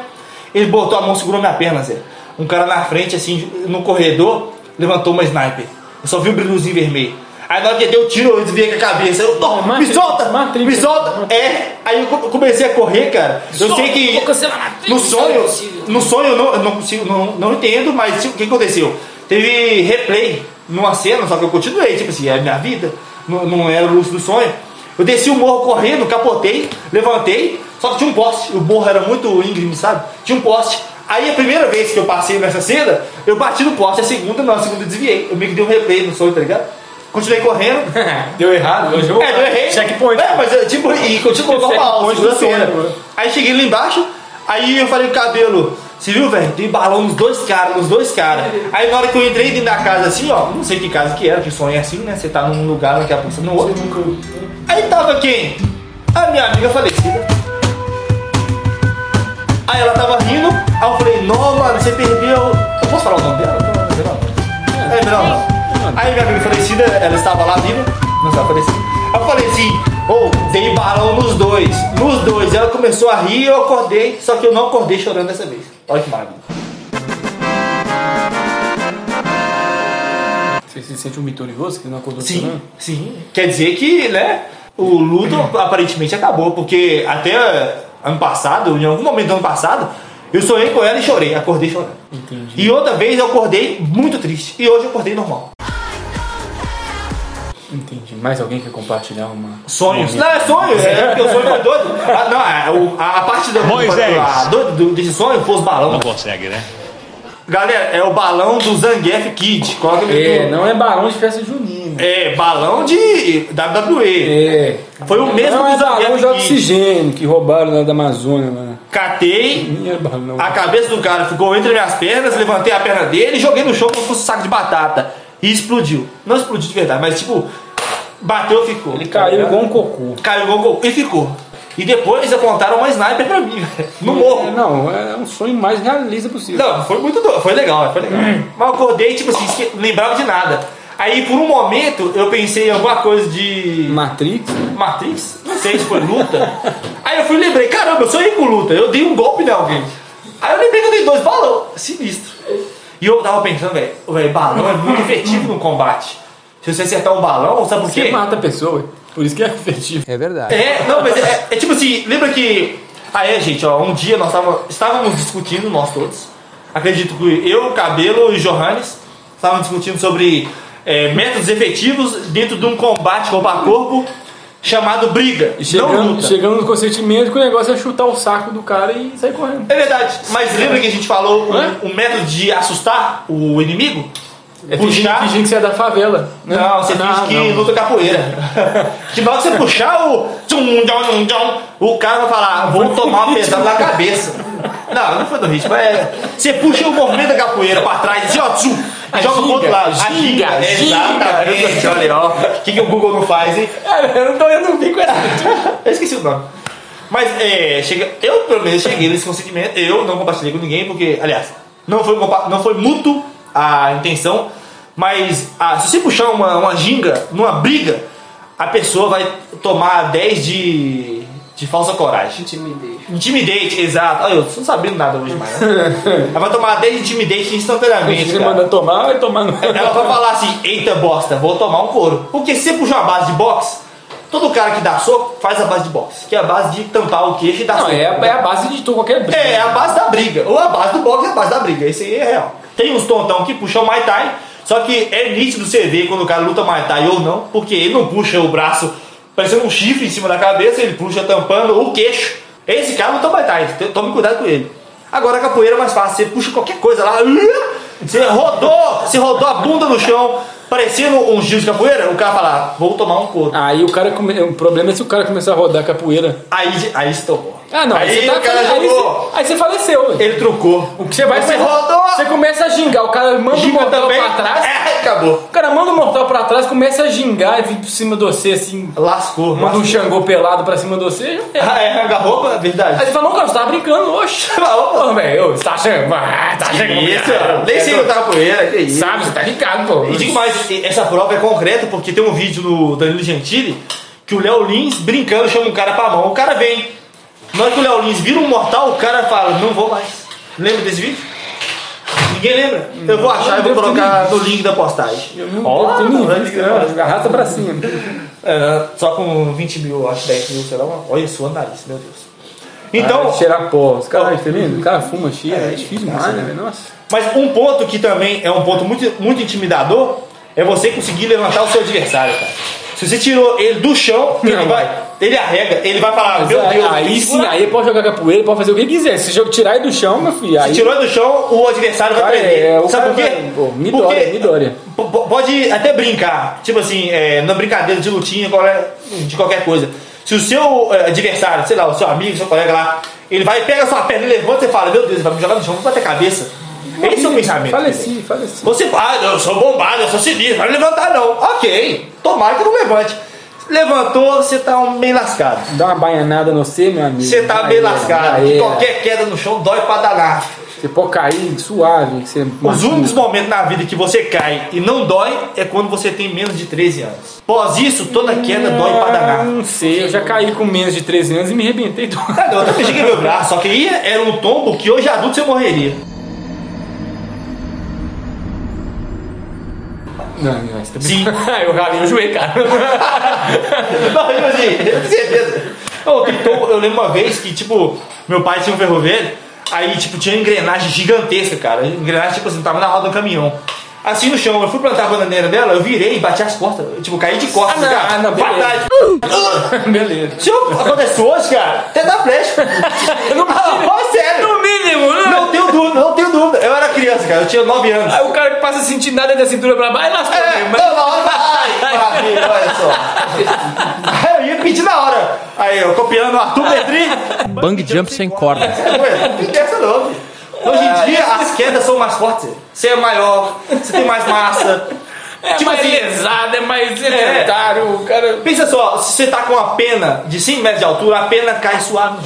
[SPEAKER 2] Ele botou a mão, segurou minha perna, Zé. Um cara na frente, assim, no corredor, levantou uma sniper. Eu só vi um brilhozinho vermelho. Aí na hora que ele deu o tiro, eu desviei com a cabeça. Eu, "Não, me
[SPEAKER 1] Matrix,
[SPEAKER 2] solta!
[SPEAKER 1] Matrix.
[SPEAKER 2] Me solta! É, aí eu co- comecei a correr, cara. Eu sei
[SPEAKER 1] um
[SPEAKER 2] que
[SPEAKER 1] assim,
[SPEAKER 2] no sonho, no sonho eu não, eu não consigo, não, não entendo, mas o que aconteceu? Teve replay numa cena, só que eu continuei, tipo assim, é a minha vida, não, não era o lúcido do sonho. Eu desci o morro correndo, capotei, levantei, só que tinha um poste, o morro era muito íngreme, sabe? Tinha um poste. Aí a primeira vez que eu passei nessa cena, eu bati no poste, a segunda não, a segunda eu desviei. Eu meio que dei um replay no sonho, tá ligado? Continuei correndo,
[SPEAKER 1] Deu errado, eu jogo.
[SPEAKER 2] é, eu errei.
[SPEAKER 1] Checkpoint.
[SPEAKER 2] É, mas eu, tipo, e continuou normal,
[SPEAKER 1] Checkpoint do
[SPEAKER 2] segunda-feira.
[SPEAKER 1] sonho, né? mano.
[SPEAKER 2] Aí cheguei lá embaixo, aí eu falei com o cabelo, você viu, velho? Tem balão nos dois caras, nos dois caras. Aí na hora que eu entrei dentro da casa assim, ó, não sei que casa que era, que sonho é assim, né? Você tá num lugar, daqui a pouco você tá no outro. Aí tava quem? A minha amiga falecida. Aí ela tava rindo, aí eu falei, não, mano, você perdeu. Eu posso falar o nome dela? Não, melhor não. É melhor não. Aí minha amiga falecida, ela estava lá viva, não estava falecida. Aí eu falei assim, ou dei balão nos dois, nos dois. Ela começou a rir eu acordei, só que eu não acordei chorando dessa vez. Olha que maravilha.
[SPEAKER 1] Você se sente um vitorioso que não acordou
[SPEAKER 2] Sim,
[SPEAKER 1] chorando?
[SPEAKER 2] sim. Quer dizer que, né, o luto aparentemente acabou, porque até ano passado, em algum momento do ano passado, eu sonhei com ela e chorei, acordei chorando.
[SPEAKER 1] Entendi.
[SPEAKER 2] E outra vez eu acordei muito triste, e hoje eu acordei normal.
[SPEAKER 1] Entendi. Mais alguém quer compartilhar uma.
[SPEAKER 2] Sonhos.
[SPEAKER 1] um
[SPEAKER 2] Não,
[SPEAKER 1] momento?
[SPEAKER 2] é sonho, é porque o sonho foi doido. Ah, não, é, o- a, a parte da
[SPEAKER 3] Moisés.
[SPEAKER 2] a, do, do- desse sonho foi os balões.
[SPEAKER 3] Não consegue, né?
[SPEAKER 2] Galera, é o balão do Zangief Kid. Coloca ele
[SPEAKER 1] É,
[SPEAKER 2] no-
[SPEAKER 1] não é barão de festa junina.
[SPEAKER 2] é, balão de WWE.
[SPEAKER 1] É.
[SPEAKER 2] Foi o mesmo
[SPEAKER 1] Não é
[SPEAKER 2] do
[SPEAKER 1] barão de
[SPEAKER 2] Zangief Kid.
[SPEAKER 1] oxigênio que roubaram lá da Amazônia lá.
[SPEAKER 2] Catei,
[SPEAKER 1] Não é barão, não.
[SPEAKER 2] a cabeça do cara ficou entre minhas pernas, levantei a perna dele e joguei no chão como se fosse um saco de batata. E explodiu. Não explodiu de verdade, mas tipo, bateu ficou. Tá
[SPEAKER 1] Ele caiu igual um cocô.
[SPEAKER 2] Caiu igual um gol e ficou. E depois apontaram uma sniper pra mim, velho, no morro.
[SPEAKER 1] É, Não, é um sonho mais realista possível.
[SPEAKER 2] Não, foi muito doido, foi legal, foi legal. Mas eu acordei, tipo assim, esque- não lembrava de nada. Aí por um momento eu pensei em alguma coisa de
[SPEAKER 1] Matrix?
[SPEAKER 2] Matrix, não sei se foi luta. Aí eu fui e lembrei, caramba, eu sou rico luta, eu dei um golpe em alguém. Aí eu lembrei que eu dei dois balão, sinistro. E eu tava pensando, velho, velho, balão é muito efetivo no combate. Se você acertar um balão, sabe por quê?
[SPEAKER 1] Você mata a pessoa, ué. por isso que é efetivo. É verdade.
[SPEAKER 2] É, não, mas é, é tipo assim, lembra que. Ah, é, gente, ó, um dia nós tava- estávamos discutindo, nós todos. Acredito que eu, Cabelo e Johannes estávamos discutindo sobre é, métodos efetivos dentro de um combate corpo a corpo chamado briga.
[SPEAKER 1] E
[SPEAKER 2] não
[SPEAKER 1] chegando,
[SPEAKER 2] luta.
[SPEAKER 1] chegando no consentimento que o negócio é chutar o saco do cara e sair correndo.
[SPEAKER 2] É verdade, mas lembra que a gente falou o
[SPEAKER 1] Hã?
[SPEAKER 2] o método de assustar o inimigo?
[SPEAKER 1] É
[SPEAKER 2] Puxar.
[SPEAKER 1] fingindo, fingindo que você é da favela. né?
[SPEAKER 2] Não, você finge que
[SPEAKER 1] não.
[SPEAKER 2] luta capoeira. que na hora que você puxar o. tchum, tchum, tchum, o cara vai falar, "Ah, vou tomar uma pesada na cabeça. Não, não foi do ritmo, é. Você puxa o movimento da capoeira pra trás, assim, ó, tchum,
[SPEAKER 1] A
[SPEAKER 2] e joga pro outro
[SPEAKER 1] ginga,
[SPEAKER 2] lado.
[SPEAKER 1] ginga,
[SPEAKER 2] A ginga,
[SPEAKER 1] ginga.
[SPEAKER 2] Exatamente, olha, ó. O que, que o Google não faz, hein?
[SPEAKER 1] É, eu não tô eu não vi com essa.
[SPEAKER 2] Eu esqueci o nome. Mas é, chega, eu pelo menos cheguei nesse consentimento. Eu não compartilhei com ninguém, porque, aliás, não foi, compa- não foi mútuo a intenção. Mas ah, se você puxar uma, uma ginga numa briga, a pessoa vai tomar 10 de, de falsa coragem.
[SPEAKER 5] Intimidei.
[SPEAKER 2] Intimidate, exato. Olha, eu não sabendo nada hoje mais. né? Ela vai tomar 10 de intimidate instantaneamente.
[SPEAKER 1] Você
[SPEAKER 2] cara.
[SPEAKER 1] manda tomar, vai tomar no.
[SPEAKER 2] Ela vai falar assim, eita bosta, vou tomar um couro. Porque se você puxar uma base de boxe, todo cara que dá soco faz a base de boxe. Que é a base de tampar o queixo e dar
[SPEAKER 1] Não,
[SPEAKER 2] soco.
[SPEAKER 1] é a, é a base de tu- qualquer briga.
[SPEAKER 2] É, é a base da briga. Ou a base do boxe é a base da briga. Isso aí é real. Tem uns tontão que puxam Muay Thai, só que é nítido você ver quando o cara luta Muay Thai ou não, porque ele não puxa o braço parecendo um chifre em cima da cabeça, ele puxa tampando o queixo. Esse cara luta Muay Thai, t- tome cuidado com ele. Agora a capoeira é mais fácil, você puxa qualquer coisa lá, você rodou, você rodou a bunda no chão, parecendo um giro de capoeira, o cara fala, vou tomar um couro.
[SPEAKER 1] Aí o cara come... o problema é se o cara começar a rodar capoeira.
[SPEAKER 2] Aí, aí estourou.
[SPEAKER 1] Ah, não.
[SPEAKER 2] aí
[SPEAKER 1] você tá
[SPEAKER 2] o cara
[SPEAKER 1] aí,
[SPEAKER 2] jogou,
[SPEAKER 1] você, aí você faleceu, velho.
[SPEAKER 2] ele trucou.
[SPEAKER 1] O que você vai você
[SPEAKER 2] Você rodou.
[SPEAKER 1] Você começa a gingar, o cara manda o
[SPEAKER 2] Giga
[SPEAKER 1] mortal
[SPEAKER 2] também.
[SPEAKER 1] pra trás.
[SPEAKER 2] É, acabou.
[SPEAKER 1] O cara manda o mortal pra trás, começa a gingar e vir por cima de você assim.
[SPEAKER 2] Lascou.
[SPEAKER 1] Manda um
[SPEAKER 2] lascou.
[SPEAKER 1] Xangô pelado pra cima de você. já era.
[SPEAKER 2] Ah, é, agarrou, é
[SPEAKER 1] Aí
[SPEAKER 2] verdade.
[SPEAKER 1] você fala, não, cara, você tava brincando, oxe.
[SPEAKER 2] Opa.
[SPEAKER 1] Ô, velho, ô, você tá achando? Ah, Tá achando que eu
[SPEAKER 2] Isso,
[SPEAKER 1] brincava?
[SPEAKER 2] nem sei lutar com ele, que é isso.
[SPEAKER 1] Sabe, você tá ligado, pô.
[SPEAKER 2] E digo mais, essa prova é concreta porque tem um vídeo do Danilo Gentili que o Léo Lins brincando chama um cara pra mão, o cara vem. Na hora que o Léo Lins vira um mortal, o cara fala, não vou mais. Lembra desse vídeo? Ninguém lembra? Eu vou achar e
[SPEAKER 1] Deus
[SPEAKER 2] vou colocar no link da postagem.
[SPEAKER 1] Ó, tu
[SPEAKER 2] no
[SPEAKER 1] me
[SPEAKER 2] link da postagem.
[SPEAKER 1] arrasta pra cima.
[SPEAKER 2] É, só com 20 mil, acho 10 mil, sei lá. Olha, suando nariz, meu Deus. Então,
[SPEAKER 1] Ah, cheirar pó. Os caras,
[SPEAKER 2] Ó.
[SPEAKER 1] tá vendo? O cara fuma, cheira.
[SPEAKER 2] É,
[SPEAKER 1] É, difícil demais, né, velho? Nossa.
[SPEAKER 2] Mas um ponto que também é um ponto muito, muito intimidador é você conseguir levantar o seu adversário, cara. Se você tirou ele do chão, ele
[SPEAKER 1] Não.
[SPEAKER 2] vai. Ele arrega, ele vai falar,
[SPEAKER 1] Mas
[SPEAKER 2] meu
[SPEAKER 1] aí-
[SPEAKER 2] Deus, tem
[SPEAKER 1] aí
[SPEAKER 2] que
[SPEAKER 1] sim,
[SPEAKER 2] segurar."
[SPEAKER 1] aí pode jogar capoeira, pode fazer o que quiser. Se jogo tirar ele do chão, meu filho,
[SPEAKER 2] Se
[SPEAKER 1] aí.
[SPEAKER 2] tirou ele do chão, o adversário vai
[SPEAKER 1] Cara,
[SPEAKER 2] prender.
[SPEAKER 1] é, o
[SPEAKER 2] Sabe
[SPEAKER 1] cara
[SPEAKER 2] por quê?
[SPEAKER 1] vai- Pô, me
[SPEAKER 2] Porque
[SPEAKER 1] dói, me dói.
[SPEAKER 2] po- po- Pode até brincar, tipo assim, é, na brincadeira de lutinha, qualquer- de qualquer coisa. Se o seu é, adversário, sei lá, o seu amigo, seu colega lá, ele vai, pega a sua perna, levanta e fala, meu Deus, ele vai me jogar no chão, vou bater a cabeça. Esse é o pensamento.
[SPEAKER 1] Faleci, faleci.
[SPEAKER 2] Você fala, "Ah, eu sou bombado, eu sou sinistro, vai me levantar não. Ok, tomara que não levante. Levantou, você tá um bem lascado.
[SPEAKER 1] Dá uma baianada no C, meu amigo.
[SPEAKER 2] Você tá
[SPEAKER 1] Aí,
[SPEAKER 2] bem lascado.
[SPEAKER 1] aí, é.
[SPEAKER 2] Qualquer queda no chão dói pra danar.
[SPEAKER 1] Você pode cair suave. que Você
[SPEAKER 2] Os
[SPEAKER 1] machuca.
[SPEAKER 2] únicos momentos na vida que você cai e não dói é quando você tem menos de 13 anos. Após isso, toda queda dói pra
[SPEAKER 1] Ah,
[SPEAKER 2] danar.
[SPEAKER 1] Não sei, eu já caí com menos de 13 anos e me arrebentei todo.
[SPEAKER 2] Ah, não, Eu também cheguei meu braço, só que aí era um tombo que hoje adulto você morreria.
[SPEAKER 1] Não, não, isso também-
[SPEAKER 2] Sim.
[SPEAKER 1] Ah, eu ralei o joelho, cara.
[SPEAKER 2] Não, tipo assim, eu tenho certeza. Não, tem tom- eu lembro uma vez que, tipo, meu pai tinha um ferroviário, aí, tipo, tinha uma engrenagem gigantesca, cara. Engrenagem, tipo assim, tava na roda do caminhão. Assim no chão, eu fui plantar a bananeira dela, eu virei e bati as costas. Eu, tipo, caí de costas.
[SPEAKER 1] Ah, não,
[SPEAKER 2] cara.
[SPEAKER 1] ah, não, beleza.
[SPEAKER 2] Fatalidade.
[SPEAKER 1] Beleza.
[SPEAKER 2] Se eu- acontece hoje, cara, até dá flash.
[SPEAKER 1] Eu não
[SPEAKER 2] Ah, fala sério.
[SPEAKER 1] No mínimo, né?
[SPEAKER 2] Não tenho dúvida, não tenho dúvida. Eu era criança, cara. Eu tinha 9 anos.
[SPEAKER 1] Aí o cara que passa a sentir nada da cintura pra baixo, lascou
[SPEAKER 2] É,
[SPEAKER 1] mesmo.
[SPEAKER 2] não, na hora. Ai, que maravilha, olha só. Aí eu ia pedir na hora. Aí eu copiando o Arthur Petri.
[SPEAKER 6] Bang jump sem corda.
[SPEAKER 2] Não tem essa não. filho. Hoje em dia as quedas são mais fortes. Você é maior, você tem mais massa.
[SPEAKER 1] É
[SPEAKER 2] Tipo
[SPEAKER 1] mais
[SPEAKER 2] assim,
[SPEAKER 1] lesado, é mais sedentário, o cara.
[SPEAKER 2] Pensa só, se você tá com uma pena de 5 metros de altura, a pena cai suave.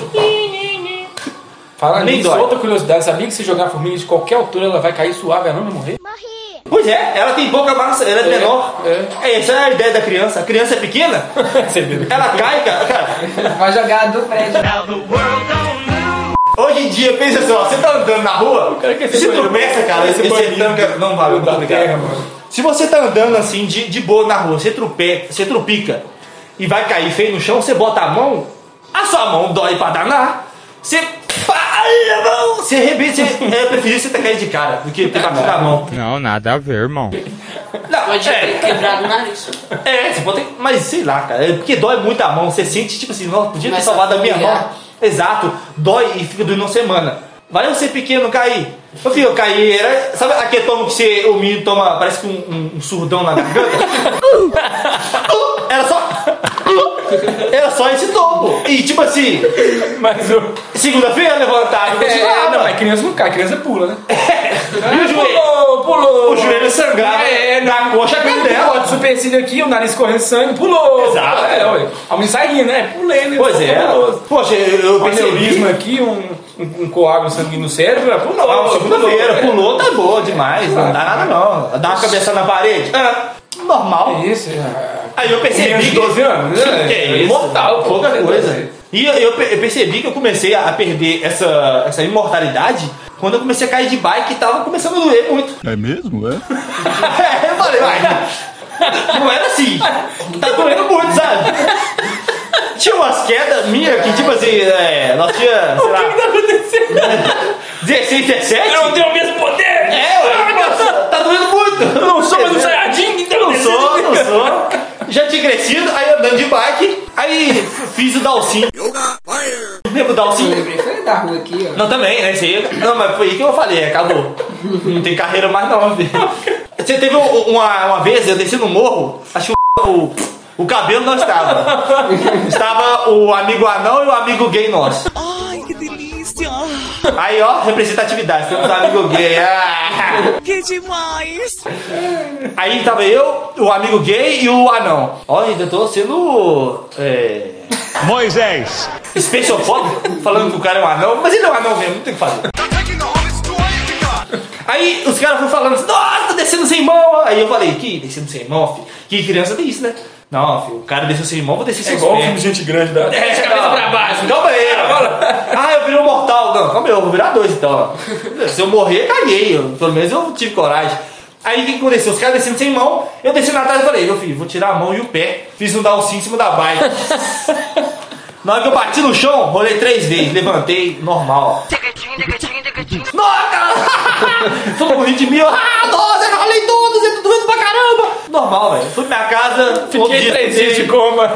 [SPEAKER 1] Fala
[SPEAKER 2] Nem
[SPEAKER 1] nisso,
[SPEAKER 2] dói.
[SPEAKER 1] outra curiosidade, sabia que se jogar a formiga de qualquer altura ela vai cair suave, ela não vai morrer?
[SPEAKER 2] Pois é, ela tem pouca massa, ela é, menor. É. essa é a ideia da criança. A criança é pequena,
[SPEAKER 1] Você viu?
[SPEAKER 2] ela cai, cara. cara.
[SPEAKER 5] Vai jogar do prédio.
[SPEAKER 2] Hoje em dia, pensa só, você tá andando na rua,
[SPEAKER 1] cara quer ser
[SPEAKER 2] você
[SPEAKER 1] banheiro.
[SPEAKER 2] tropeça, cara,
[SPEAKER 1] Esse
[SPEAKER 2] esse
[SPEAKER 1] banheiro.
[SPEAKER 2] tanga não vale
[SPEAKER 1] Da
[SPEAKER 2] muito
[SPEAKER 1] terra,
[SPEAKER 2] obrigado.
[SPEAKER 1] mano.
[SPEAKER 2] Se você tá andando assim, de, de boa na rua, você, trupe, você trupica e vai cair feio no chão, você bota a mão, a sua mão dói pra danar, você. pá, ai, a mão, Você arrebenta, você, é preferível você ter caído de cara do que ter batido a mão.
[SPEAKER 6] Não, nada a ver, irmão.
[SPEAKER 2] Não,
[SPEAKER 5] Pode ter
[SPEAKER 2] é,
[SPEAKER 5] quebrado o nariz.
[SPEAKER 2] é, você pode ter, mas sei lá, cara, é porque dói muito a mão, você sente tipo assim, nossa, podia ter
[SPEAKER 5] Começa a
[SPEAKER 2] salvado a minha
[SPEAKER 5] brilhar.
[SPEAKER 2] mão. Exato, dói e fica doendo uma semana. Vai eu ser pequeno cair. Meu filho, eu caí, era. Sabe aquele tomo que você, o menino toma, parece que um, um- um surdão na garganta? era só. era só esse tomo. E tipo assim,
[SPEAKER 1] Mas o.
[SPEAKER 2] segunda-feira levantaram, "Ah,
[SPEAKER 1] É,
[SPEAKER 2] continuava.
[SPEAKER 1] não, mas criança não cai, criança pula, né?
[SPEAKER 2] E o joelho?
[SPEAKER 1] Pulou, pulou.
[SPEAKER 2] O joelho sangrava
[SPEAKER 1] É,
[SPEAKER 2] na coxa
[SPEAKER 1] Ó, de
[SPEAKER 2] cadela.
[SPEAKER 1] supercílio aqui, o nariz correndo sangue, pulou.
[SPEAKER 2] Exato.
[SPEAKER 1] É, ué. A mulher sai rindo, né? Pulei, né?
[SPEAKER 2] Pois é.
[SPEAKER 1] Pulou.
[SPEAKER 2] Poxa, eu, eu
[SPEAKER 1] Um
[SPEAKER 2] percebi.
[SPEAKER 1] aneurisma aqui, um, um, um coágulo sanguíneo no cérebro, ela pulou.
[SPEAKER 2] Não, "Ah, segunda-feira,
[SPEAKER 1] é.
[SPEAKER 2] pulou, tá boa demais, não dá nada não. Dá uma cabeça na parede. Ah, normal.
[SPEAKER 1] É Isso, é.
[SPEAKER 2] Aí eu percebi
[SPEAKER 1] Criança
[SPEAKER 2] que.
[SPEAKER 1] de 12 anos, né?
[SPEAKER 2] Que é isso?
[SPEAKER 1] Imortal, pô.
[SPEAKER 2] pouca coisa. E eu, eu pe- eu percebi que eu comecei a perder essa, essa imortalidade quando eu comecei a cair de bike e tava começando a doer muito.
[SPEAKER 3] É mesmo, é?
[SPEAKER 2] eu falei, vai. Não era assim. Tá doendo muito, sabe? Tinha umas quedas minhas que, tipo assim, é, nós tinha, sei lá,
[SPEAKER 1] tá acontecendo?
[SPEAKER 2] 16, 17.
[SPEAKER 1] Eu não tenho o mesmo poder!
[SPEAKER 2] É, ué, nossa, tá doendo muito.
[SPEAKER 1] Eu não sou mais um Saiyajin, então
[SPEAKER 2] Não sou, não sou. Já tinha crescido, aí andando de bike, aí fiz o Dalsin. Lembra o
[SPEAKER 5] Eu
[SPEAKER 2] Dalsin?
[SPEAKER 5] lembrei, foi da rua aqui, ó.
[SPEAKER 2] Não, também, né? Esse aí, não, mas foi aí que eu falei, acabou. Não tem carreira mais não, filho. Você teve um- uma, uma vez, eu desci no morro, acho que o, o cabelo não estava. Estava o amigo anão e o amigo gay nosso. Ai, que delícia! Aí, ó, representatividade, temos um amigo gay. Ah.
[SPEAKER 7] Que demais!
[SPEAKER 2] Aí tava eu, o amigo gay e o anão. Olha, ainda tô sendo. É.
[SPEAKER 3] Moisés.
[SPEAKER 2] Especiofóbico, falando que o cara é um anão, mas ele é um anão mesmo, não tem o que fazer. Aí os caras foram falando assim, nossa, tá descendo sem mão. Aí eu falei, que descendo sem mão, filho? Que criança tem isso, né? Não, filho, o cara desceu sem mão, vou descer
[SPEAKER 1] É
[SPEAKER 2] sem
[SPEAKER 1] igual o
[SPEAKER 2] mão.
[SPEAKER 1] filme Gente Grande da.
[SPEAKER 2] É,
[SPEAKER 1] Deixa a cabeça
[SPEAKER 2] não.
[SPEAKER 1] pra baixo.
[SPEAKER 2] Calma aí, Ah, eu virei um mortal. Não, calma aí, eu vou virar dois então. Se eu morrer, caguei. Eu- pelo menos eu tive coragem. Aí o que aconteceu? Os caras descendo sem mão, eu desci na trás e falei, meu filho, vou tirar a mão e o pé. Fiz um downzinho em cima da bike. Na hora que eu bati no chão, rolei três vezes, levantei, normal. Nossa! Todo mundo rindo de mim, eu, ah, nossa, eu rolei todos, eu tô doendo pra caramba! Normal, velho. Fui pra minha casa, outro
[SPEAKER 1] Fiquei
[SPEAKER 2] dia
[SPEAKER 1] três
[SPEAKER 2] tentei-
[SPEAKER 1] dias de coma.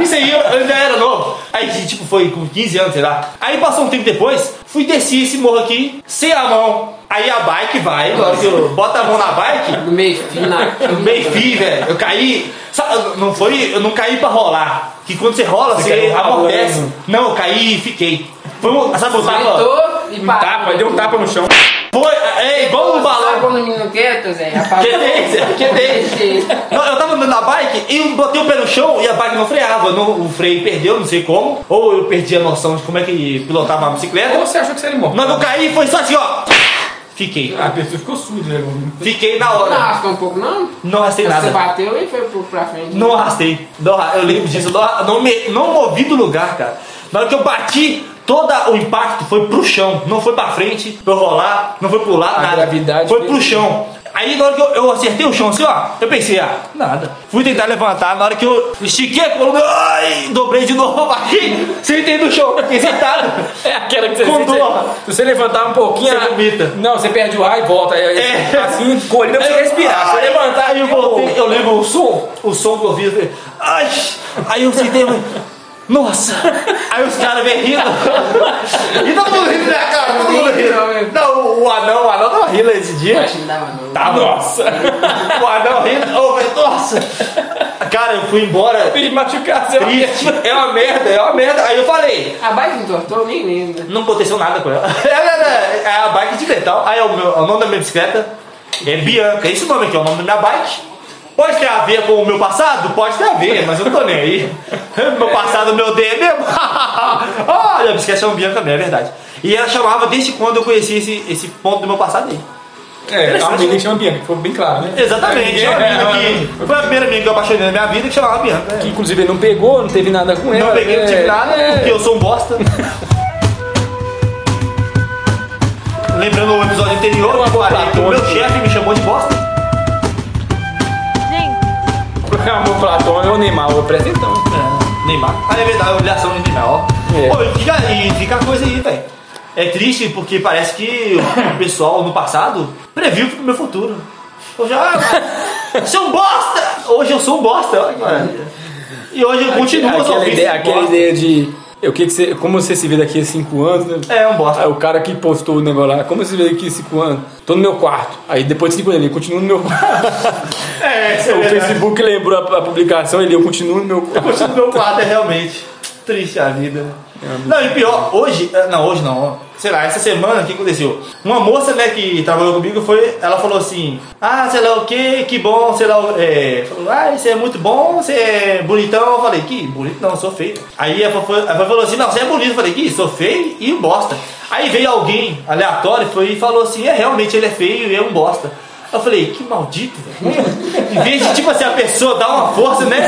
[SPEAKER 2] isso aí eu, eu ainda era novo. Aí, tipo, foi com 15 anos, sei lá. Aí passou um tempo depois, fui descer esse morro aqui, sem a mão. Aí a bike vai, na hora que eu boto a mão na bike,
[SPEAKER 5] No meio, fio na.
[SPEAKER 2] eu meio fio, velho. Eu caí. Sabe, não foi. Eu não caí pra rolar. Que quando você rola, você,
[SPEAKER 1] caiu
[SPEAKER 2] amortece.
[SPEAKER 1] rolando.
[SPEAKER 2] Não, eu caí e fiquei. Foi um. Sabe, eu tava.
[SPEAKER 5] Gritou e parou.
[SPEAKER 1] Tapa, deu um tapa no chão.
[SPEAKER 2] Foi. É igual Tá, um
[SPEAKER 5] Sabe
[SPEAKER 2] balão.
[SPEAKER 5] quando o menino quieto, Zé?
[SPEAKER 2] Ah,
[SPEAKER 5] Apagou.
[SPEAKER 2] Que tem, Zé? Que tem? Não, eu tava andando na bike e eu botei o pé no chão e a bike não freava. Não, o freio perdeu, não sei como. Ou eu perdi a noção de como é que pilotava a
[SPEAKER 1] Ou
[SPEAKER 2] bicicleta.
[SPEAKER 1] você achou que você era morto?
[SPEAKER 2] Mas eu caí e foi só assim, ó. Fiquei.
[SPEAKER 1] A pessoa ficou surda, né? mano?
[SPEAKER 2] Fiquei na
[SPEAKER 5] Não
[SPEAKER 2] hora.
[SPEAKER 5] arrastou um pouco, não?
[SPEAKER 2] Não arrastei
[SPEAKER 5] Você
[SPEAKER 2] nada.
[SPEAKER 5] bateu e foi um pouco pra frente.
[SPEAKER 2] Não arrastei. Não arra- eu lembro disso. Não, arra- não, me, não movi do lugar, cara. Na hora que eu bati, todo o impacto foi pro chão. Não foi pra frente, pra eu rolar, não foi pro lado,
[SPEAKER 1] A
[SPEAKER 2] nada.
[SPEAKER 1] gravidade
[SPEAKER 2] foi
[SPEAKER 1] fez-
[SPEAKER 2] pro chão. Aí na hora que eu, eu acertei o chão assim, ó, eu pensei, ah, nada. Fui tentar levantar, na hora que eu estiquei a coluna, ai, dobrei de novo, bati, sentei no chão, fiquei sentado.
[SPEAKER 1] É aquela que você
[SPEAKER 2] Com
[SPEAKER 1] você-
[SPEAKER 2] dor.
[SPEAKER 1] Se você levantar um pouquinho.
[SPEAKER 2] Você
[SPEAKER 1] ah,
[SPEAKER 2] vomita.
[SPEAKER 1] Não, você perde o ar e volta. É,
[SPEAKER 2] É.
[SPEAKER 1] Assim, colhida pra você respirar. Se
[SPEAKER 2] Ai,
[SPEAKER 1] você levantar.
[SPEAKER 2] aí eu voltei, eu lembro o som, o som que eu ouvi, eu falei, ai, aí eu sentei, eu falei, nossa, aí os caras vêm rindo, e todo mundo rindo, né, cara, todo mundo rindo, não, o anão, o anão tava rindo, rindo esse dia?
[SPEAKER 5] O time dava não.
[SPEAKER 1] Tá, nossa.
[SPEAKER 2] O anão rindo. Oh, mas, nossa! Cara, eu fui embora
[SPEAKER 1] Me machucar, seu
[SPEAKER 2] triste. É uma merda, é uma merda. Aí eu falei,
[SPEAKER 5] A bike do Tortô nem lembro.
[SPEAKER 2] não aconteceu nada com ela. Ela era é a bike de letal. Aí é o, meu- o nome da minha bicicleta é Bianca. Esse nome aqui é o nome da minha bike. Pode ter a ver com o meu passado? Pode ter a ver, mas eu não tô nem aí. Meu passado, meu D é mesmo. Olha, a bicicleta chama Bianca mesmo, é verdade. E ela chamava desde quando eu conheci esse, esse ponto do meu passado aí.
[SPEAKER 1] É, a menina que chama Bianca, ficou bem claro, né?
[SPEAKER 2] Exatamente, é,
[SPEAKER 1] É,
[SPEAKER 2] uma
[SPEAKER 1] é,
[SPEAKER 2] amiga que foi a primeira amiga que eu apaixonei na minha vida que chamava Bianca. é.
[SPEAKER 1] Que é. inclusive ele não pegou, não teve nada com ela.
[SPEAKER 2] Não peguei, não
[SPEAKER 1] né?
[SPEAKER 2] tive nada,
[SPEAKER 1] É.
[SPEAKER 2] porque eu sou um bosta. Lembrando o episódio anterior, eu falei que o meu chefe me chamou de bosta.
[SPEAKER 1] É amor platônico, é o Neymar, eu apresento.
[SPEAKER 2] Neymar. Ah, é verdade, a humilhação de Neymar, ó.
[SPEAKER 1] É.
[SPEAKER 2] Pô, e fica, e fica a coisa aí, velho. É triste porque parece que o pessoal no passado previu o meu futuro. Eu já. Sou um bosta! Hoje eu sou um bosta, olha. que maravilha. E hoje eu continuo eu sou um
[SPEAKER 1] aquela
[SPEAKER 2] bicho
[SPEAKER 1] ideia,
[SPEAKER 2] de
[SPEAKER 1] aquela
[SPEAKER 2] bosta.
[SPEAKER 1] ideia de eu, que que você, como você se vê daqui a cinco anos, né?
[SPEAKER 2] É um bosta.
[SPEAKER 1] Aí o cara que postou o negócio lá, como você vê daqui a cinco anos? Tô no meu quarto. Aí depois de cinco anos ele continua no meu quarto.
[SPEAKER 2] É, isso é
[SPEAKER 1] o
[SPEAKER 2] verdade.
[SPEAKER 1] Facebook lembrou a, a publicação, ele eu continuo no meu quarto.
[SPEAKER 2] Curtindo meu quadro é realmente triste a vida. Não, e pior, hoje, eh, não, hoje não, sei lá, essa semana o que aconteceu? Uma moça, né, que trabalhou comigo foi, ela falou assim: Ah, sei lá o que, que bom, sei lá, o- é, falou, ah, você é muito bom, você é bonitão. Eu falei: Que bonito, não, eu sou feio. Aí ela foi- ela falou assim: Não, você é bonito. Eu falei: Que sou feio e um bosta. Aí veio alguém aleatório foi, e falou assim: É, realmente ele é feio e é um bosta. Eu falei, que maldito, velho. Em vez de, tipo assim, a pessoa dar uma força, né?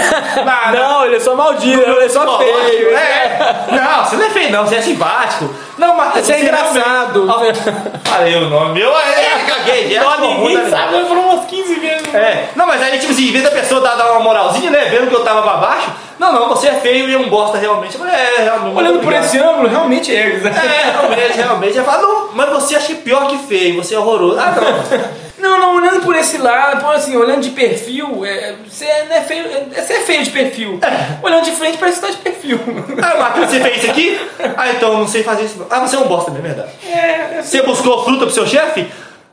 [SPEAKER 2] Na-
[SPEAKER 1] Não, ele é só maldito, ele é só feio.
[SPEAKER 2] É. Não, você não é feio, não, você é simpático. Não, mas
[SPEAKER 1] Você é engraçado.
[SPEAKER 2] realmente- Ó, Falei o nome. Eu é, caguei, já
[SPEAKER 1] Só
[SPEAKER 2] sou ruim,
[SPEAKER 1] ninguém
[SPEAKER 2] né?
[SPEAKER 1] sabe, eu falo umas 15 vezes.
[SPEAKER 2] É. Não, mas aí, tipo assim, em vez da pessoa dar, dar uma moralzinha, né? Vendo que eu tava pra baixo. Não, não, você é feio e é um bosta, realmente. Eu falei, é, realmente.
[SPEAKER 1] Olhando por
[SPEAKER 2] obrigado.
[SPEAKER 1] esse ângulo, realmente é.
[SPEAKER 2] É, realmente, realmente. Eu falo, não, mas você acha pior que feio, você é horroroso. Ah, não.
[SPEAKER 1] Não, não, olhando por esse lado, pô, assim, olhando de perfil, é, você, não é feio, é, você é feio de perfil. Olhando de frente, parece que você tá de perfil.
[SPEAKER 2] Ah, Matheus, você fez isso aqui? Ah, então eu não sei fazer isso não. Ah, você é um bosta, né? é verdade.
[SPEAKER 1] É,
[SPEAKER 2] Você buscou fruta pro seu chefe?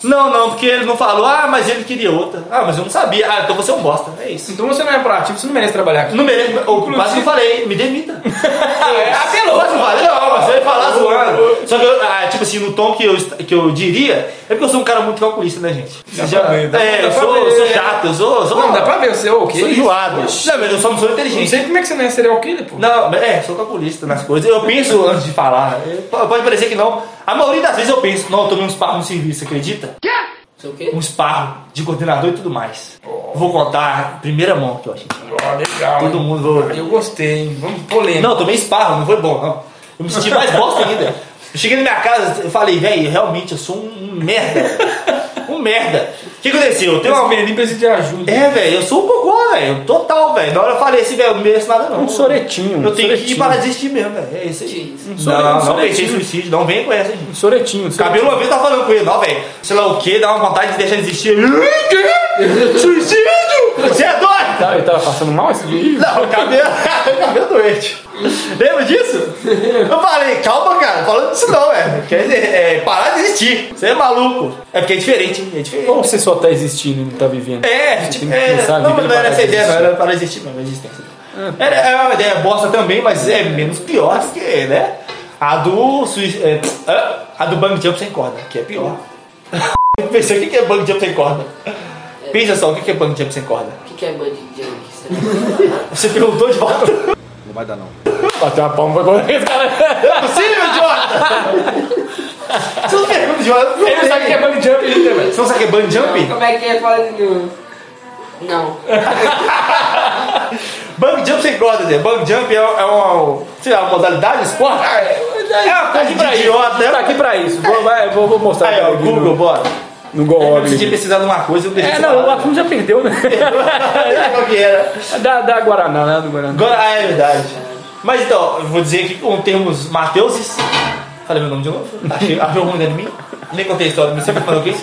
[SPEAKER 2] Não, não, porque ele não falou, ah, mas ele queria outra. Ah, mas eu não sabia. Ah, então você é um bosta. É isso.
[SPEAKER 1] então você não é proativo, você não merece trabalhar aqui.
[SPEAKER 2] Não merece. Eu
[SPEAKER 1] Inclusive-
[SPEAKER 2] quase que eu falei, me demita.
[SPEAKER 1] É, apelou. Tá
[SPEAKER 2] Quase que eu falei, não, mas você vai
[SPEAKER 5] Tá
[SPEAKER 2] falar zoando. Só que, eu, ah, tipo assim, no tom que eu, est- que eu diria, é porque eu sou um cara muito calculista, né, gente?
[SPEAKER 1] Dá pra ver, dá-
[SPEAKER 2] é,
[SPEAKER 1] dá
[SPEAKER 2] eu
[SPEAKER 1] pra
[SPEAKER 2] sou,
[SPEAKER 1] ver.
[SPEAKER 2] sou chato, eu sou. sou
[SPEAKER 1] Não, dá pra ver, você é o quê?
[SPEAKER 2] Sou enjoado. Não, mas eu só não sou
[SPEAKER 1] Não
[SPEAKER 2] inteligente.
[SPEAKER 1] sei como é que você não é serial killer, pô.
[SPEAKER 2] Não, mas é, sou calculista nas coisas. Eu penso antes de falar. É, p- Pode parecer que não. A maioria das vezes eu penso, não, eu tomei um esparro no serviço, acredita?
[SPEAKER 5] Sei o quê?
[SPEAKER 2] Um esparro de coordenador e tudo mais. Vou contar a primeira mão que eu achei.
[SPEAKER 1] Ó, legal.
[SPEAKER 2] Todo
[SPEAKER 1] hein? Ah,
[SPEAKER 2] mundo vai
[SPEAKER 1] Eu gostei, hein? Vamos polêmica.
[SPEAKER 2] Não, eu tomei esparro, não foi bom, não. Eu me senti mais bosta ainda. Eu cheguei na minha casa, eu falei, velho, realmente eu sou um, um merda. Um merda. O que aconteceu? um Eu tenho
[SPEAKER 1] Não,
[SPEAKER 2] uma...
[SPEAKER 1] menino precisa de ajuda.
[SPEAKER 2] É, velho, eu sou um cocô, velho. Total, velho. Na hora eu falei assim, velho, eu não mereço nada, não.
[SPEAKER 1] Um soretinho, um
[SPEAKER 2] Eu tenho que
[SPEAKER 1] soretinho.
[SPEAKER 2] ir para desistir mesmo, velho. É isso aí.
[SPEAKER 5] Isso.
[SPEAKER 2] Não,
[SPEAKER 1] Só-
[SPEAKER 2] não
[SPEAKER 1] só
[SPEAKER 2] pensei em
[SPEAKER 1] leitinho.
[SPEAKER 2] suicídio, não vem com essa, gente.
[SPEAKER 1] Um soretinho. um soretinho.
[SPEAKER 2] Cabelo uma vez tava falando com ele, não, velho. Sei lá o que, dá uma vontade de deixar de existir. Suicídio! Você é doido!
[SPEAKER 1] Tá, ele tava passando mal esse dia?
[SPEAKER 2] Não, o cabelo, o cabelo doente. Lembra disso? Eu falei, calma, cara, falando disso não, velho. Quer dizer, é, parar de existir. Você é maluco. É porque é diferente, hein? é diferente.
[SPEAKER 1] Ou você só tá existindo e não tá vivendo?
[SPEAKER 2] É,
[SPEAKER 1] Tem
[SPEAKER 2] tipo,
[SPEAKER 1] que
[SPEAKER 2] é,
[SPEAKER 1] pensar,
[SPEAKER 2] não,
[SPEAKER 1] viver
[SPEAKER 2] mas não era
[SPEAKER 1] para
[SPEAKER 2] essa ideia, não,
[SPEAKER 1] existir.
[SPEAKER 2] era para existir mesmo, a existência. Era, é uma ideia bosta também, mas é menos pior que, né? A do Sui- é, hã? a do Bang Jump sem corda, que é pior. Pensei, o que que é Bang Jump sem corda? Pensa só, o que que é Bang Jump sem corda?
[SPEAKER 5] O que, que é Band Junk? Sei lá.
[SPEAKER 2] Você perguntou de volta.
[SPEAKER 1] Bateu uma Tá, palma agora.
[SPEAKER 2] Não é possível, idiota! Você não pergunta, idiota.
[SPEAKER 1] Ele sabe que é bug jump ainda, velho.
[SPEAKER 2] Você não sabe o que é Bang Jump?
[SPEAKER 5] Como é que é? Fala de novo. Não.
[SPEAKER 2] Bang jump sem corda, Zé. Bang jump é, é uma, sei lá, uma modalidade de esporte? É uma
[SPEAKER 1] Tá
[SPEAKER 2] coisa
[SPEAKER 1] aqui pra
[SPEAKER 2] de
[SPEAKER 1] isso.
[SPEAKER 2] idiota.
[SPEAKER 1] Tá aqui pra isso. Vou, vai, vou, vou mostrar
[SPEAKER 2] Aí,
[SPEAKER 1] pra
[SPEAKER 2] ó,
[SPEAKER 1] ele no-
[SPEAKER 2] Google, bora.
[SPEAKER 1] no Go
[SPEAKER 2] Eu
[SPEAKER 1] Obre.
[SPEAKER 2] precisei precisar de uma coisa, eu deixei
[SPEAKER 1] É,
[SPEAKER 2] de
[SPEAKER 1] não, é. o
[SPEAKER 2] falar.
[SPEAKER 1] Atum já perdeu, né?
[SPEAKER 2] Qual que era?
[SPEAKER 1] da, da Guaraná, né? Do Guaraná.
[SPEAKER 2] Agora, ah, é verdade. Mas então, eu vou dizer que com termos Mateuses... Falei meu nome de novo? Achei, achei ruim dentro de mim? Nem contei a história, mas sempre falou o quê?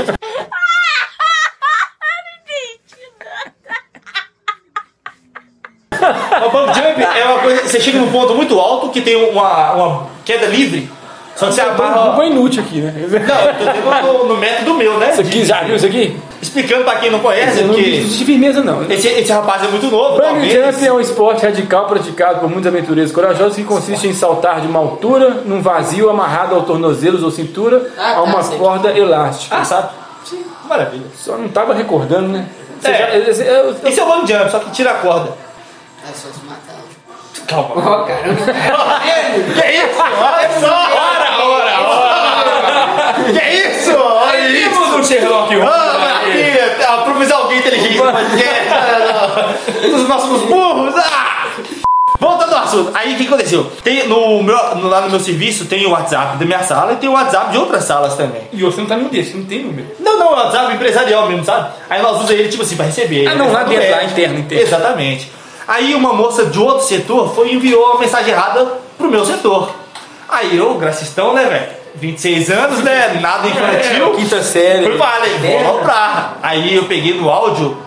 [SPEAKER 2] O bump jump é uma coisa. Você chega num ponto muito alto que tem uma, uma queda livre. Só que você
[SPEAKER 1] Tá um
[SPEAKER 2] amarra.
[SPEAKER 1] pouco inútil aqui, né?
[SPEAKER 2] Não, eu tô dizendo no, no método meu, né?
[SPEAKER 1] Isso aqui, já viu isso aqui?
[SPEAKER 2] Explicando pra quem não conhece,
[SPEAKER 1] Eu não
[SPEAKER 2] porque
[SPEAKER 1] preciso de firmeza, não.
[SPEAKER 2] esse, esse rapaz é muito novo.
[SPEAKER 1] Bungee
[SPEAKER 2] talvez.
[SPEAKER 1] Jump é um esporte radical praticado por muitos aventureiros corajosos que consiste em saltar de uma altura num vazio amarrado ao tornozelos ou cintura
[SPEAKER 5] Ah,
[SPEAKER 1] a
[SPEAKER 5] tá,
[SPEAKER 1] uma
[SPEAKER 5] sei.
[SPEAKER 1] corda elástica.
[SPEAKER 2] Ah, sabe? Sim, maravilha.
[SPEAKER 1] Só não tava recordando, né? Você
[SPEAKER 2] É.
[SPEAKER 1] já- eu- eu- eu-
[SPEAKER 2] Esse é o bungee jump, só que tira a corda.
[SPEAKER 5] É só te matar.
[SPEAKER 2] Calma.
[SPEAKER 5] Ó, caramba.
[SPEAKER 2] Que isso? Olha só! Ora, ora, ora! Que isso? Olha isso! Ah,
[SPEAKER 1] Temos um Sherlock
[SPEAKER 2] Ô,
[SPEAKER 1] Holmes.
[SPEAKER 2] Marquinhos, aprovisar alguém inteligente no podcast. Os nossos burros. Ah! Voltando ao assunto, aí o que aconteceu? Tem no meu, no- lá no meu serviço tem o WhatsApp da minha sala e tem o WhatsApp de outras salas também.
[SPEAKER 1] E você não tá nenhum desses, não tem número.
[SPEAKER 2] um Não, não, é o WhatsApp empresarial mesmo, sabe? Aí nós usamos ele tipo assim pra receber.
[SPEAKER 1] Ah, não, lá dentro,
[SPEAKER 2] É.
[SPEAKER 1] lá interno, interno.
[SPEAKER 2] Exatamente. Aí uma moça de outro setor foi e enviou uma mensagem errada pro meu setor. Aí eu, gracistão, né, velho? 26 anos, né? Nada infantil.
[SPEAKER 1] É, Quinta série. É.
[SPEAKER 2] Fui falei, vou comprar. Aí eu peguei no áudio,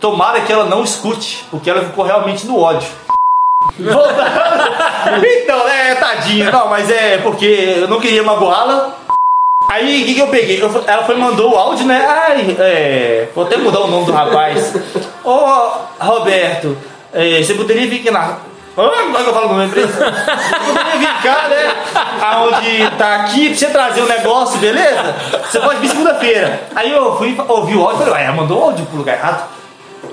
[SPEAKER 2] tomara que ela não escute, porque ela ficou realmente no ódio. Voltando. então, né, tadinha. Não, mas é porque eu não queria magoá-la. Aí o que, que eu peguei? Eu fa- ela foi e mandou o áudio, né? Ai, é. Vou até mudar o nome do rapaz. Ô, Roberto, é, você poderia vir aqui na. Hã? Como é que eu falo o nome da empresa? Você poderia vir cá, né? Aonde tá aqui pra você trazer um negócio, beleza? Você pode vir segunda-feira. Aí eu fui ouvi o áudio e falei, ué, ela mandou o áudio pro lugar errado.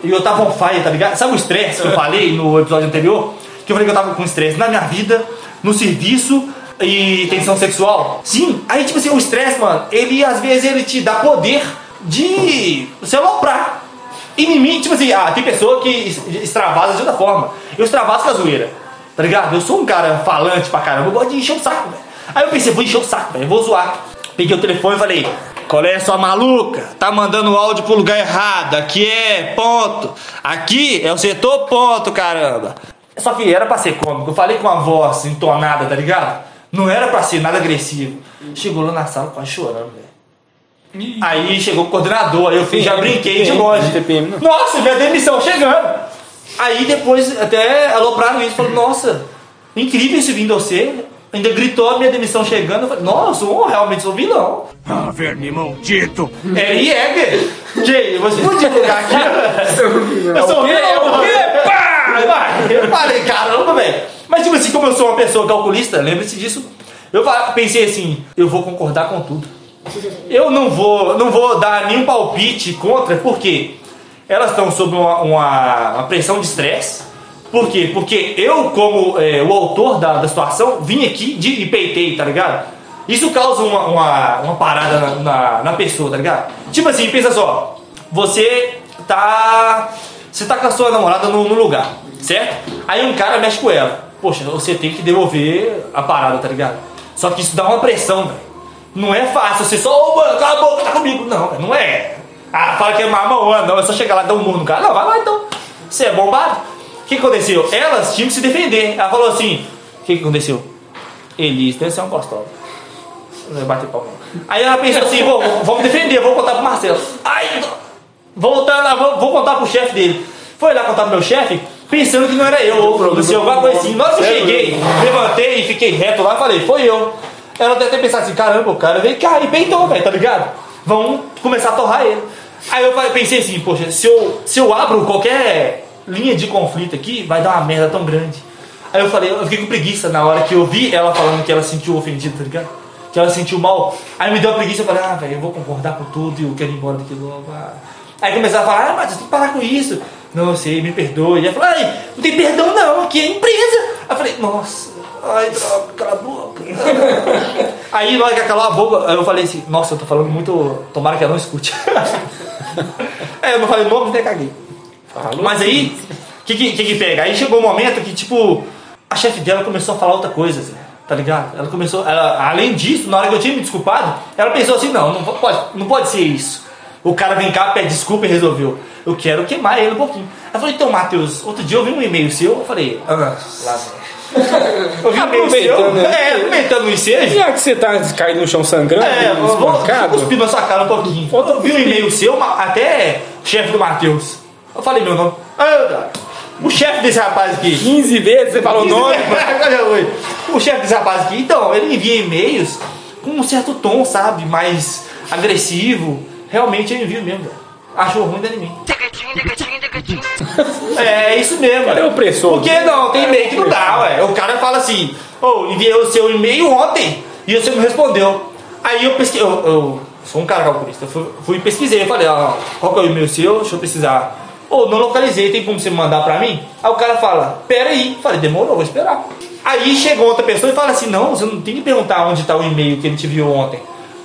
[SPEAKER 2] E eu tava on fire, tá ligado? Sabe o estresse que eu falei no episódio anterior? Que eu falei que eu tava com estresse na minha vida, no serviço e tensão sexual. Sim, aí tipo assim, o estresse, mano, ele às vezes ele te dá poder de se aloprar. E em mim, tipo assim, ah, tem pessoa que es- extravasa de outra forma. Eu extravaso com a zoeira, tá ligado? Eu sou um cara falante pra caramba, eu gosto de encher o saco, velho. Aí eu pensei, vou encher o saco, velho, vou zoar. Peguei o telefone e falei, qual é sua maluca? Tá mandando o áudio pro lugar errado, aqui é ponto. Aqui é o setor ponto, caramba. Só que era pra ser cômico, eu falei com a voz entonada, tá ligado? Não era pra ser nada agressivo. Chegou lá na sala quase chorando, velho. Aí chegou o coordenador, aí eu fui, já brinquei de
[SPEAKER 1] TPM,
[SPEAKER 2] longe.
[SPEAKER 1] TPM, não.
[SPEAKER 2] Nossa, minha demissão chegando. Aí depois até alopraram isso, falou, nossa, incrível esse vindo você. Ainda gritou a minha demissão chegando. Eu falei, nossa, eu realmente sou vilão.
[SPEAKER 3] Ah, verme maldito!
[SPEAKER 2] É, e é, velho. Gente, eu vou explodir o lugar aqui. Eu sou vilão.
[SPEAKER 1] É o quê?
[SPEAKER 2] mano. Pá! Vai. Eu falei, caramba, velho. Mas tipo assim, como eu sou uma pessoa calculista, lembre-se disso. Eu fa- pensei assim, eu vou concordar com tudo. Eu não vou, não vou dar nenhum palpite contra, porque elas estão sob uma, uma- uma pressão de estresse. Por quê? Porque eu, como é, o autor da, da situação, vim aqui de, e peitei, tá ligado? Isso causa uma, uma, uma parada na, na, na pessoa, tá ligado? Tipo assim, pensa só, você tá. Você tá com a sua namorada no, no lugar, certo? Aí um cara mexe com ela. Poxa, você tem que devolver a parada, tá ligado? Só que isso dá uma pressão, velho. Não é fácil, você só, ô mano, cala a boca, tá comigo. Não, não é. Ah, fala que é mamão, ah, não, é só chegar lá e dar um murro no cara. Não, vai lá então. Você é bombado. O que aconteceu? Elas tinham que se defender. Ela falou assim: o que, que aconteceu? Elis, deve ser um gostoso. Não vai bater palma. não. Aí ela pensou assim: vou, vou me defender, vou contar pro Marcelo. Ai, não. Voltar lá, vou, vou contar pro chefe dele. Foi lá contar pro meu chefe, pensando que não era eu, ou não sei, alguma coisa assim. Na hora que eu cheguei, levantei e fiquei reto lá, falei, foi eu. Ela deve ter pensado assim, caramba, o cara veio cá e peitou, velho, tá ligado? Vão começar a torrar ele. Aí eu falei- pensei assim, poxa, se eu, se eu abro qualquer linha de conflito aqui, vai dar uma merda tão grande. Aí eu falei, eu fiquei com preguiça na hora que eu vi ela falando que ela se sentiu ofendida, tá ligado? Que ela se sentiu mal. Aí me deu uma preguiça, eu falei, ah, velho, eu vou concordar com tudo e eu quero ir embora daqui logo. ah. Aí começaram a falar, ah, mas tem que parar com isso. Não, eu sei, me perdoe. E ela falou, ai, não tem perdão não, aqui é empresa. Aí eu falei, nossa, ai, droga, cala a boca. Aí na hora que ela calou a boca, aí eu falei assim, nossa, eu tô falando muito, tomara que ela não escute. é, eu não falei nome, nem caguei. Mas aí, o que, que, que que pega? Aí chegou um momento que, tipo, a chefe dela começou a falar outra coisa, assim, tá ligado? Ela começou, ela, além disso, na hora que eu tinha me desculpado, ela pensou assim: não, não pode, não pode ser isso. O cara vem cá, pede desculpa e resolveu. Eu quero queimar ele um pouquinho. Ela falou: então, Matheus, outro dia eu vi um e-mail seu, eu falei: ah, lá vem." Eu vi um e-mail seu,
[SPEAKER 1] Aproveitando, né?
[SPEAKER 2] é, aproveitando o ensejo.
[SPEAKER 1] Já que você tá caído no chão sangrando,
[SPEAKER 2] É, vou, vou
[SPEAKER 1] espancado,
[SPEAKER 2] cuspir na sua cara um pouquinho. Eu vi um e-mail seu, ma- até o chefe do Matheus. Eu falei meu nome. Ah, eu- O chefe desse rapaz aqui. é
[SPEAKER 1] 15 vezes você falou o nome.
[SPEAKER 2] Olha, oi. o chefe desse rapaz aqui, então, ele envia e-mails com um certo tom, sabe? Mais agressivo. Realmente ele envia mesmo, velho. Achou ruim dele em mim. É isso mesmo.
[SPEAKER 1] Cadê
[SPEAKER 2] velho.
[SPEAKER 1] o opressor?
[SPEAKER 2] Porque não, tem e-mail que não dá, Ah, ué. O cara fala assim, ô, enviei o seu e-mail ontem e você não respondeu. Aí eu pesquisei, eu, eu sou um cara calculista, eu fui, fui e pesquisei, eu falei, ó, qual que é o e-mail seu? Deixa eu pesquisar. Ô, não localizei, tem como você mandar pra mim? Aí o cara fala, pera aí. Eu Falei, demorou, vou esperar. Aí chegou outra pessoa e fala assim, não, você não tem que perguntar onde tá o e-mail que ele te viu ontem.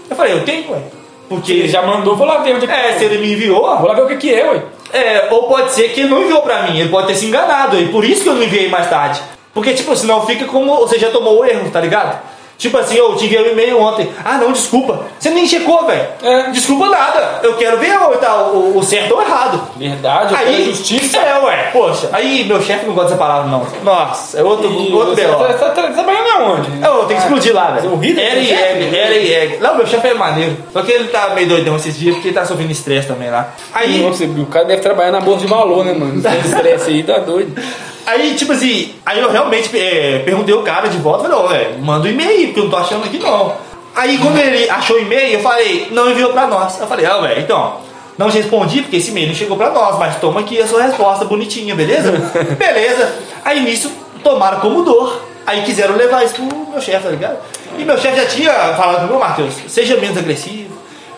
[SPEAKER 2] Eu falei, eu tenho, ué. Porque
[SPEAKER 1] Ele já mandou, vou lá ver onde é que
[SPEAKER 2] É,
[SPEAKER 1] tá.
[SPEAKER 2] se ele me enviou,
[SPEAKER 1] Vou lá ver o que que é, ué.
[SPEAKER 2] é, ou pode ser que ele não enviou pra mim, ele pode ter se enganado, e por isso que eu não enviei mais tarde. Porque, tipo, senão fica como você já tomou o erro, tá ligado? Tipo assim, eu te enviei um e-mail ontem. Ah, não, desculpa. Você nem checou, velho.
[SPEAKER 1] É.
[SPEAKER 2] Desculpa nada. Eu quero ver ou tá, o, o certo ou errado.
[SPEAKER 1] Verdade, eu quero
[SPEAKER 2] Aí,
[SPEAKER 1] justiça.
[SPEAKER 2] É, ué. Poxa, aí meu chefe não gosta dessa palavra, não. Nossa, é outro,
[SPEAKER 1] E
[SPEAKER 2] outro
[SPEAKER 1] você
[SPEAKER 2] B.O.
[SPEAKER 1] tá, tá, tá trabalhando aonde?
[SPEAKER 2] Eu tenho que explodir lá, velho.
[SPEAKER 1] Você é um líder,
[SPEAKER 2] Era e
[SPEAKER 1] meu chefe?
[SPEAKER 2] egg, era e egg. Não, meu chefe é maneiro. Só que ele tá meio doidão esses dias, porque ele tá sofrendo estresse também lá. Aí,
[SPEAKER 1] Nossa, o cara deve trabalhar na bolsa de valor, né, mano? Esse estresse aí tá doido.
[SPEAKER 2] Aí, tipo assim, aí eu realmente é, perguntei o cara de volta, falei, ó, velho, manda o e-mail aí, porque eu não tô achando aqui não. Aí quando ele achou o e-mail, eu falei, não enviou pra nós. Eu falei, ah, velho, então, não te respondi, porque esse e-mail não chegou pra nós, mas toma aqui a sua resposta bonitinha, beleza? beleza. Aí nisso, tomaram como dor. Aí quiseram levar isso pro meu chefe, tá ligado? E meu chefe já tinha falado comigo, Matheus, seja menos agressivo,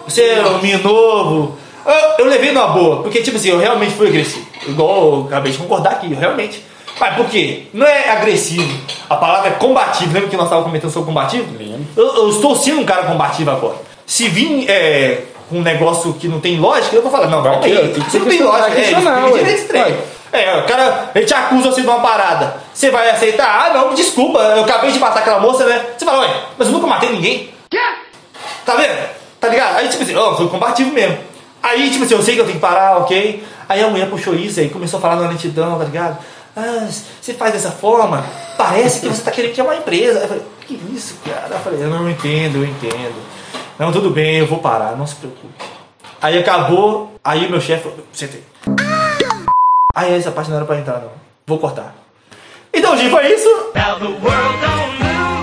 [SPEAKER 2] você é um menino novo. Eu, eu levei numa boa, porque tipo assim, eu realmente fui agressivo. Igual eu acabei de concordar aqui, eu realmente. Mas por quê? Não é agressivo. A palavra é combativo. Lembra que nós estávamos comentando sobre combativo?
[SPEAKER 1] Lembro.
[SPEAKER 2] Eu, eu estou sendo um cara combativo agora. Se vir é, um negócio que não tem lógica, eu vou falar, não,
[SPEAKER 1] Vai
[SPEAKER 2] calma
[SPEAKER 1] que-
[SPEAKER 2] aí,
[SPEAKER 1] tem que
[SPEAKER 2] você não tem
[SPEAKER 1] questionar,
[SPEAKER 2] lógica.
[SPEAKER 1] vai
[SPEAKER 2] É,
[SPEAKER 1] questionar,
[SPEAKER 2] isso
[SPEAKER 1] ué.
[SPEAKER 2] é estranho.
[SPEAKER 1] Vai.
[SPEAKER 2] É, o cara, ele te acusa você de uma parada. Você vai aceitar? Ah, não, desculpa, eu acabei de matar aquela moça, né? Você fala, ué, mas eu nunca matei ninguém. Tá vendo? Tá ligado? Aí, tipo assim, ó, foi combativo mesmo. Aí, tipo assim, eu sei que eu tenho que parar, ok? Aí a mulher puxou isso aí, começou a falar na lentidão, tá ligado? Ah, você faz dessa forma, parece que você tá querendo criar uma empresa. Aí eu falei, que isso, cara? Eu falei, eu não entendo, eu entendo. Não, tudo bem, eu vou parar, não se preocupe. Aí acabou, aí o meu chefe falou, sentei. Aí essa parte não era pra entrar, não. Vou cortar. Então, gente, foi isso.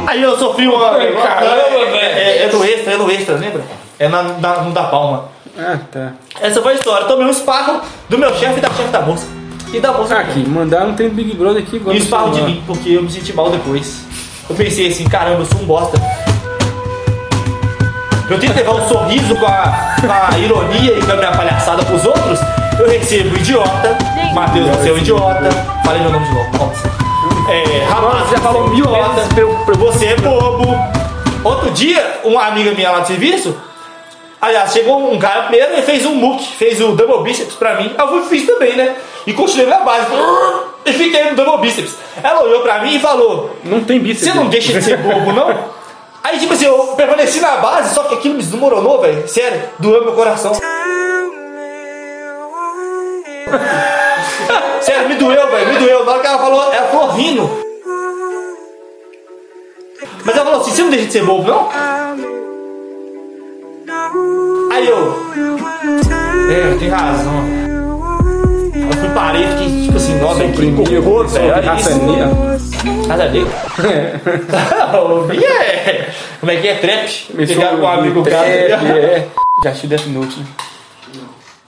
[SPEAKER 2] Aí eu sofri uma.
[SPEAKER 1] Caramba, velho.
[SPEAKER 2] É, é no extra, é no extra, lembra? É na, na, no da palma.
[SPEAKER 1] Ah, tá.
[SPEAKER 2] Essa foi a história. Tomei um esparro do meu chefe e da chefe da moça. E da moça
[SPEAKER 1] Tá
[SPEAKER 2] também.
[SPEAKER 1] aqui, mandaram um trem do Big Brother aqui agora.
[SPEAKER 2] E um
[SPEAKER 1] no
[SPEAKER 2] esparro de
[SPEAKER 1] celular.
[SPEAKER 2] mim, porque eu me senti mal depois. Eu pensei assim, caramba, eu sou um bosta. Eu tento levar um sorriso com a, com a ironia e com a minha palhaçada pros outros. Eu recebo idiota, Matheus, você é um idiota. Falei meu nome de novo, nossa. É, rapaz, você já falou mil vezes pra eu- pra eu- você é bobo. Outro dia, uma amiga minha lá do serviço, aliás, chegou um cara primeiro e fez um muque, fez o double biceps pra mim. Eu fui fiz também, né? E continuei na base. E fiquei no double biceps. Ela olhou pra mim e falou:
[SPEAKER 1] Não tem bíceps.
[SPEAKER 2] você não deixa de ser bobo, não? Aí, tipo assim, eu permaneci na base, só que aquilo me desmoronou, velho. Sério, doeu meu coração. Sério, me doeu, velho, me doeu. Na hora que ela falou, ela falou rindo. Mas ela falou assim, você não deixa de ser bobo, não? Aí eu... É, tem razão. Eu fui parei, fiquei tipo assim, nossa, que
[SPEAKER 1] Imprimir,
[SPEAKER 2] horror, velho.
[SPEAKER 1] sobre
[SPEAKER 2] Olha
[SPEAKER 1] é raça
[SPEAKER 2] é isso.
[SPEAKER 1] negra.
[SPEAKER 2] Nada a ver. Não, é. Como é que é? Trap?
[SPEAKER 1] Me
[SPEAKER 2] Pegaram
[SPEAKER 1] soube
[SPEAKER 2] com um amigo
[SPEAKER 1] trap,
[SPEAKER 2] cara.
[SPEAKER 1] é. Já assisti Death Note, né?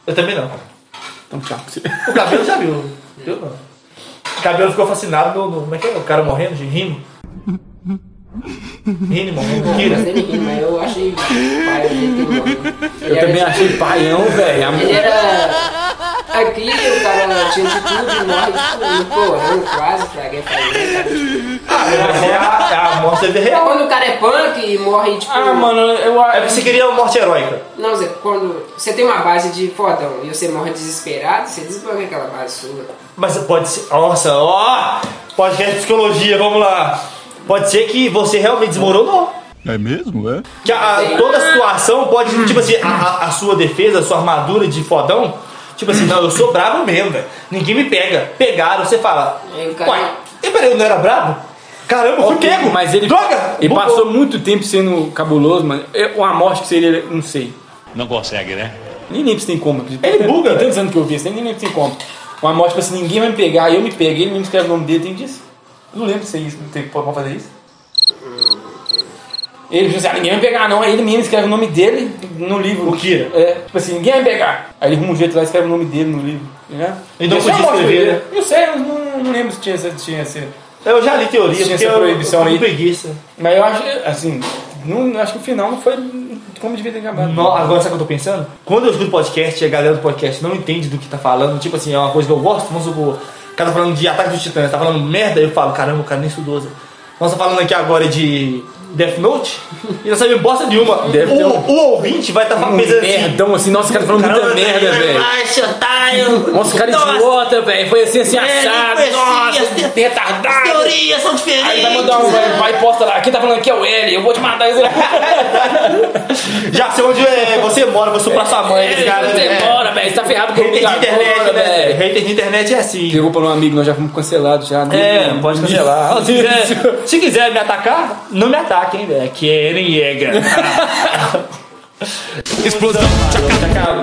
[SPEAKER 2] Eu também não.
[SPEAKER 1] Então tchau pra você.
[SPEAKER 2] O cabelo já viu. Eu não. O cabelo ficou fascinado no, no- Como é que é? O cara morrendo de rimo. Rimo morrendo. Kira.
[SPEAKER 5] Mas ele ri, é, mas eu achei pai um ele tem
[SPEAKER 1] Eu também achei paião, velho. A
[SPEAKER 5] Ele
[SPEAKER 1] mulher-
[SPEAKER 5] era. Aqui o cara tinha de tudo, morre de tudo, porão, quase, fraguei, fraguei.
[SPEAKER 2] Ah, mas é a, é a morte é
[SPEAKER 5] É
[SPEAKER 2] real.
[SPEAKER 5] quando o cara é punk e morre, tipo.
[SPEAKER 1] Ah, mano, eu
[SPEAKER 2] É porque você queria uma morte heróica.
[SPEAKER 5] Não, Zé, quando você tem uma base de fodão e você morre desesperado, você desbloqueia aquela base sua.
[SPEAKER 2] Mas pode ser. Nossa, ó! Podcast de psicologia, vamos lá. Pode ser que você realmente desmoronou.
[SPEAKER 7] É mesmo, é?
[SPEAKER 2] Que a- a- toda a situação pode,
[SPEAKER 1] Hum.
[SPEAKER 2] tipo assim, a, a- a sua defesa, a sua armadura de fodão, tipo assim, não, eu sou brabo mesmo, velho. Ninguém me pega. Pegaram, você fala.
[SPEAKER 5] Aí o cara-
[SPEAKER 2] Ué, e peraí, eu não era brabo? Caramba, eu fui pego!
[SPEAKER 1] Mas ele,
[SPEAKER 2] Droga!
[SPEAKER 1] ele
[SPEAKER 2] Bugou.
[SPEAKER 1] passou muito tempo sendo cabuloso, mano. É Uma morte que seria, não sei.
[SPEAKER 3] Não consegue, né?
[SPEAKER 1] Nem lembro se tem como.
[SPEAKER 2] Ele buga,
[SPEAKER 1] Tem tantos anos que eu vi isso, nem lembro se tem como. Uma morte, tipo assim, ninguém vai me pegar, eu me pego, ele mesmo escreve o nome dele, tem disso? Eu não lembro se é isso, não tem como fazer isso. Ele falou assim, ah, ninguém vai pegar não. Aí ele mesmo escreve o nome dele no livro.
[SPEAKER 2] O Kira.
[SPEAKER 1] É, tipo assim, ninguém vai pegar. Aí ele arruma um jeito lá e escreve o nome dele no livro. Né?
[SPEAKER 2] Então
[SPEAKER 1] Eu só
[SPEAKER 2] podia
[SPEAKER 1] mostro
[SPEAKER 2] escrever,
[SPEAKER 1] ele.
[SPEAKER 2] né?
[SPEAKER 1] Eu sei, eu não, não lembro se tinha essa... Tinha essa.
[SPEAKER 2] Eu já li teoria,
[SPEAKER 1] Tinha
[SPEAKER 2] porque
[SPEAKER 1] essa
[SPEAKER 2] eu,
[SPEAKER 1] proibição
[SPEAKER 2] eu fico
[SPEAKER 1] aí.
[SPEAKER 2] com preguiça.
[SPEAKER 1] Mas eu acho, assim, não, acho que o final não foi como devia ter acabado.
[SPEAKER 2] No- agora sabe o que eu tô pensando? Quando eu escuto podcast e a galera do podcast não entende do que tá falando, tipo assim, é uma coisa que eu gosto, vamos supor, o cara tá falando de ataque dos titãs, tá falando merda, eu falo, caramba, o cara nem estudou. Zé. Nós tá falando aqui agora de Death Note e não sabe bosta nenhuma.
[SPEAKER 1] Deve ter
[SPEAKER 2] o,
[SPEAKER 1] um-
[SPEAKER 2] o ouvinte vai estar tá
[SPEAKER 1] Um
[SPEAKER 2] falando pensando assim. né?
[SPEAKER 1] merdão assim, nossa, o cara falando muita merda, velho.
[SPEAKER 2] velho.
[SPEAKER 1] Nossa, o cara idiota, velho. Foi assim, assim,
[SPEAKER 2] É,
[SPEAKER 1] assado.
[SPEAKER 2] ele foi assim,
[SPEAKER 1] Nossa,
[SPEAKER 2] assim,
[SPEAKER 1] assim, retardado.
[SPEAKER 2] Teorias são diferentes. né?
[SPEAKER 1] Aí vai mandar um, vai, vai e posta lá. Quem tá falando aqui é o L, eu vou te matar. Esse...
[SPEAKER 2] Já sei onde é, você mora, vou suprar sua mãe, esse cara.
[SPEAKER 1] É, Você
[SPEAKER 2] né?
[SPEAKER 1] mora, velho. Você tá ferrado com o
[SPEAKER 2] Hater de internet, né?
[SPEAKER 1] velho.
[SPEAKER 2] Hater de internet é assim.
[SPEAKER 1] Ligou pra um amigo, nós já fomos cancelados já. assim,
[SPEAKER 2] É,
[SPEAKER 1] Nem-
[SPEAKER 2] pode
[SPEAKER 1] nem-
[SPEAKER 2] cancelar. Se
[SPEAKER 1] Isso.
[SPEAKER 2] quiser, se quiser me atacar, não me ataque, hein, velho. Que é Niega.
[SPEAKER 6] Explosão.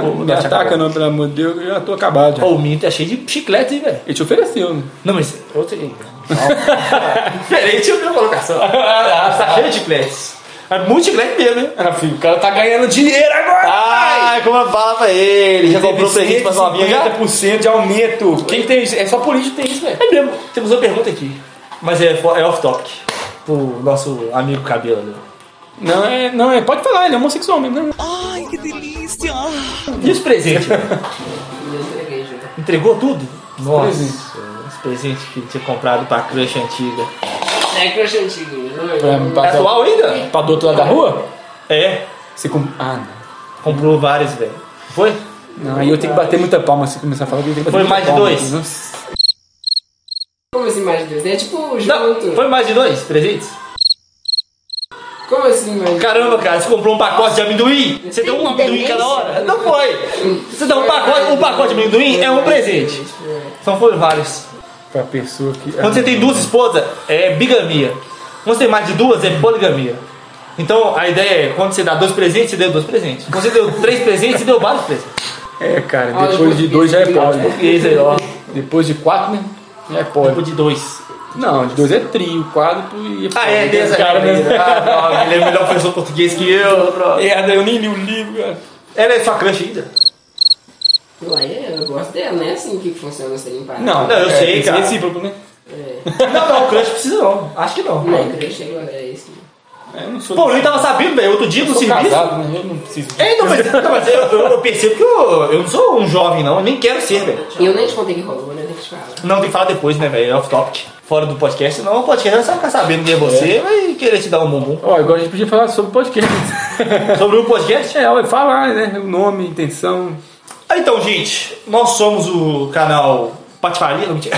[SPEAKER 1] Não me
[SPEAKER 2] É.
[SPEAKER 1] ataca não, pelo amor de Deus, eu já tô acabado já.
[SPEAKER 2] O Minto é cheio de chiclete, hein, velho.
[SPEAKER 1] Ele te ofereceu, né?
[SPEAKER 2] Não, mas outro. Diferente a minha colocação. Tá cheio de chicletes. É muito chiclete mesmo, hein?
[SPEAKER 1] Ah, filho, Ah, o cara tá ganhando dinheiro agora.
[SPEAKER 2] Ah, como eu falo pra ele. Já comprou presente pra sua amiga?
[SPEAKER 1] 50% de aumento. Quem tem isso? É só político que tem isso, velho.
[SPEAKER 2] É mesmo. Temos uma pergunta aqui. Mas é, fo- é off-topic. O nosso amigo cabelo ali.
[SPEAKER 1] Não, é, não, é, pode falar, ele é homossexual mesmo, né?
[SPEAKER 2] E os presentes?
[SPEAKER 5] E eu entreguei já.
[SPEAKER 2] Entregou tudo?
[SPEAKER 1] presentes.
[SPEAKER 2] os presentes que tinha comprado pra crush antiga.
[SPEAKER 5] É que eu achei antigo, não
[SPEAKER 1] Pra,
[SPEAKER 2] É
[SPEAKER 1] pra,
[SPEAKER 2] atual ainda?
[SPEAKER 1] pra do outro lado da rua?
[SPEAKER 2] É.
[SPEAKER 1] Você com... Ah, não.
[SPEAKER 2] Comprou vários, velho. Foi?
[SPEAKER 1] Não, aí eu tenho que bater muita palma se começar a falar. eu tenho que bater
[SPEAKER 2] Foi
[SPEAKER 1] muita
[SPEAKER 2] mais de
[SPEAKER 1] palma. né?
[SPEAKER 2] dois?
[SPEAKER 1] Nossa.
[SPEAKER 5] Como assim mais de dois? É tipo
[SPEAKER 2] Não,
[SPEAKER 5] junto.
[SPEAKER 2] foi mais de dois presentes?
[SPEAKER 5] Como assim mais de
[SPEAKER 2] Caramba, cara, você comprou um pacote de amendoim? Você deu um amendoim cada hora? Não foi. Você deu um pacote, um pacote de amendoim é um presente.
[SPEAKER 5] é.
[SPEAKER 2] São foram vários.
[SPEAKER 1] Pra pessoa que.
[SPEAKER 2] Quando você tem duas esposas, é bigamia. Quando você tem mais de duas, é poligamia. Então, a ideia é, quando você dá dois presentes, você deu dois presentes. Quando você deu três presentes, você deu vários presentes.
[SPEAKER 1] É, cara,
[SPEAKER 5] Ah,
[SPEAKER 1] depois de
[SPEAKER 5] eu
[SPEAKER 1] dois já é
[SPEAKER 5] português,
[SPEAKER 1] pode.
[SPEAKER 5] né?
[SPEAKER 2] E aí, ó,
[SPEAKER 1] Depois de quatro, né? Já é
[SPEAKER 2] tipo
[SPEAKER 1] pode.
[SPEAKER 2] de dois.
[SPEAKER 1] Não, de dois é trio, quadro e.
[SPEAKER 2] Ah, é, tem essa
[SPEAKER 1] cara né? mesmo.
[SPEAKER 2] cara mesmo. Ah, não, ele é melhor professor português que eu, bro.
[SPEAKER 1] É, eu nem li o livro, cara.
[SPEAKER 2] Ela é sua crush ainda?
[SPEAKER 5] Ué, eu gosto dela, não é assim que funciona essa limpada.
[SPEAKER 1] Não,
[SPEAKER 2] Não, eu
[SPEAKER 1] é,
[SPEAKER 2] sei,
[SPEAKER 1] tem que ser
[SPEAKER 2] cara.
[SPEAKER 1] recíproco, né?
[SPEAKER 5] É.
[SPEAKER 2] Não, não, crush precisa não. Acho que não.
[SPEAKER 5] Não, eu achei é isso.
[SPEAKER 1] É, eu não sou.
[SPEAKER 2] Pô, eu nem tava sabendo, velho. Outro dia no
[SPEAKER 1] eu sou
[SPEAKER 2] serviço.
[SPEAKER 1] casado, né? Eu não preciso.
[SPEAKER 2] É, não, mas, não, mas eu, eu- eu percebo que eu, eu não sou um jovem, não. Eu nem quero ser, velho.
[SPEAKER 5] E eu nem te contei que rolou, né? Tem que te falar.
[SPEAKER 2] Não, tem que falar depois, né, velho? É off-topic. Fora do podcast, não. O podcast vai ficar sabendo quem é você, vai querer te dar um bumbum.
[SPEAKER 1] Ó, agora a gente podia falar sobre podcast.
[SPEAKER 2] Sobre o podcast?
[SPEAKER 1] é, vai falar, né? O nome, intenção.
[SPEAKER 2] Ah, Então, gente, nós somos o canal Patifaria, não mentira.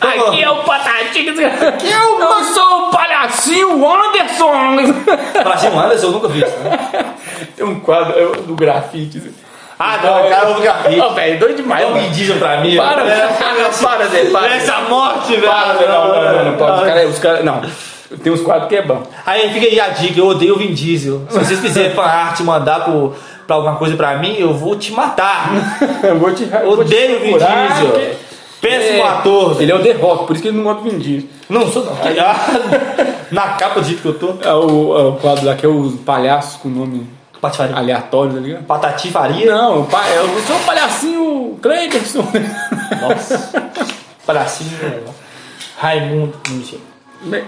[SPEAKER 2] Aqui
[SPEAKER 1] é o Patatinho. Aqui eu não sou o palhacinho Anderson.
[SPEAKER 2] Pra ser um Anderson, eu nunca vi isso, né?
[SPEAKER 1] Tem um quadro é, do grafite. assim.
[SPEAKER 2] Ah, não, cara, eu nunca vi.
[SPEAKER 1] Ó, velho, doido demais.
[SPEAKER 2] Não me
[SPEAKER 1] mano.
[SPEAKER 2] dizem pra mim.
[SPEAKER 1] Para,
[SPEAKER 2] velho.
[SPEAKER 1] para, para, Zé, para.
[SPEAKER 2] Essa morte, velho.
[SPEAKER 1] Para, velho, não, não, não, não, pode. Os caras, os cara, não. Tem uns quadros que é bom.
[SPEAKER 2] Aí fica aí a dica, eu odeio o Vin Diesel. Se vocês quiserem pra arte mandar pro, pra alguma coisa pra mim, eu vou te matar.
[SPEAKER 1] Eu vou te eu vou te
[SPEAKER 2] Odeio o Vin
[SPEAKER 1] procurar,
[SPEAKER 2] Diesel.
[SPEAKER 1] que-
[SPEAKER 2] Péssimo
[SPEAKER 1] É,
[SPEAKER 2] ator. velho.
[SPEAKER 1] Ele é o The Rock, por isso que ele não gosta do Vin Diesel.
[SPEAKER 2] Não sou não. Ah, Na capa de que eu tô.
[SPEAKER 1] É o, é o quadro lá que é os palhaços com nome
[SPEAKER 2] Patifaria.
[SPEAKER 1] aleatório, tá ligado?
[SPEAKER 2] Patatifaria.
[SPEAKER 1] Não, o pa- é o- eu sou o palhacinho Cleiderson.
[SPEAKER 2] Nossa. Palhacinho. velho. Raimundo. não sei.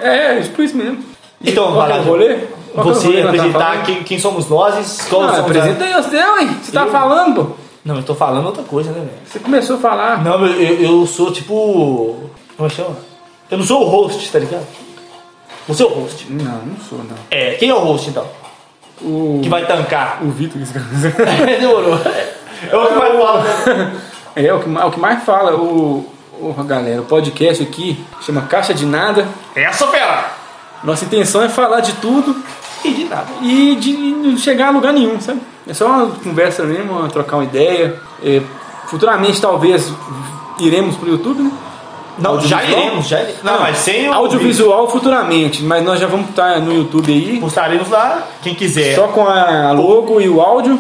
[SPEAKER 1] É, é tipo isso mesmo. E
[SPEAKER 2] Então,
[SPEAKER 1] qual que é o
[SPEAKER 2] Baralho,
[SPEAKER 1] rolê? Qual que é o rolê
[SPEAKER 2] Você
[SPEAKER 1] que nós tava
[SPEAKER 2] apresentar
[SPEAKER 1] falando?
[SPEAKER 2] quem, quem somos nós e qual
[SPEAKER 1] Ah,
[SPEAKER 2] somos
[SPEAKER 1] apresenta aí você, hein? Você tá
[SPEAKER 2] Eu?
[SPEAKER 1] falando, pô.
[SPEAKER 2] nós. Não, eu tô falando outra coisa, né, velho?
[SPEAKER 1] Você começou a falar.
[SPEAKER 2] Não, eu, eu, eu sou tipo. Como é que chama? Eu não sou o host, tá ligado? Você é o host.
[SPEAKER 1] Não, não sou, não.
[SPEAKER 2] É, quem é o host então?
[SPEAKER 1] O,
[SPEAKER 2] Que vai tancar?
[SPEAKER 1] o Vitor que escreveu.
[SPEAKER 2] Demorou. É o que vai falar.
[SPEAKER 1] É, o que, ma- o que mais fala, o, o- galera, o podcast aqui chama Caixa de Nada.
[SPEAKER 2] Essa É fera!
[SPEAKER 1] Nossa intenção é falar de tudo
[SPEAKER 2] E de nada.
[SPEAKER 1] e de não chegar a lugar nenhum, sabe? É só uma conversa mesmo, uma- trocar uma ideia. É, futuramente, talvez, iremos pro YouTube, né?
[SPEAKER 2] Não, já
[SPEAKER 1] Audiovisual?
[SPEAKER 2] iremos, já iremos. Não, mas sem o.
[SPEAKER 1] Audiovisual futuramente, mas nós já vamos estar no YouTube aí,
[SPEAKER 2] É. Postaremos lá, quem quiser.
[SPEAKER 1] só com a logo e o áudio.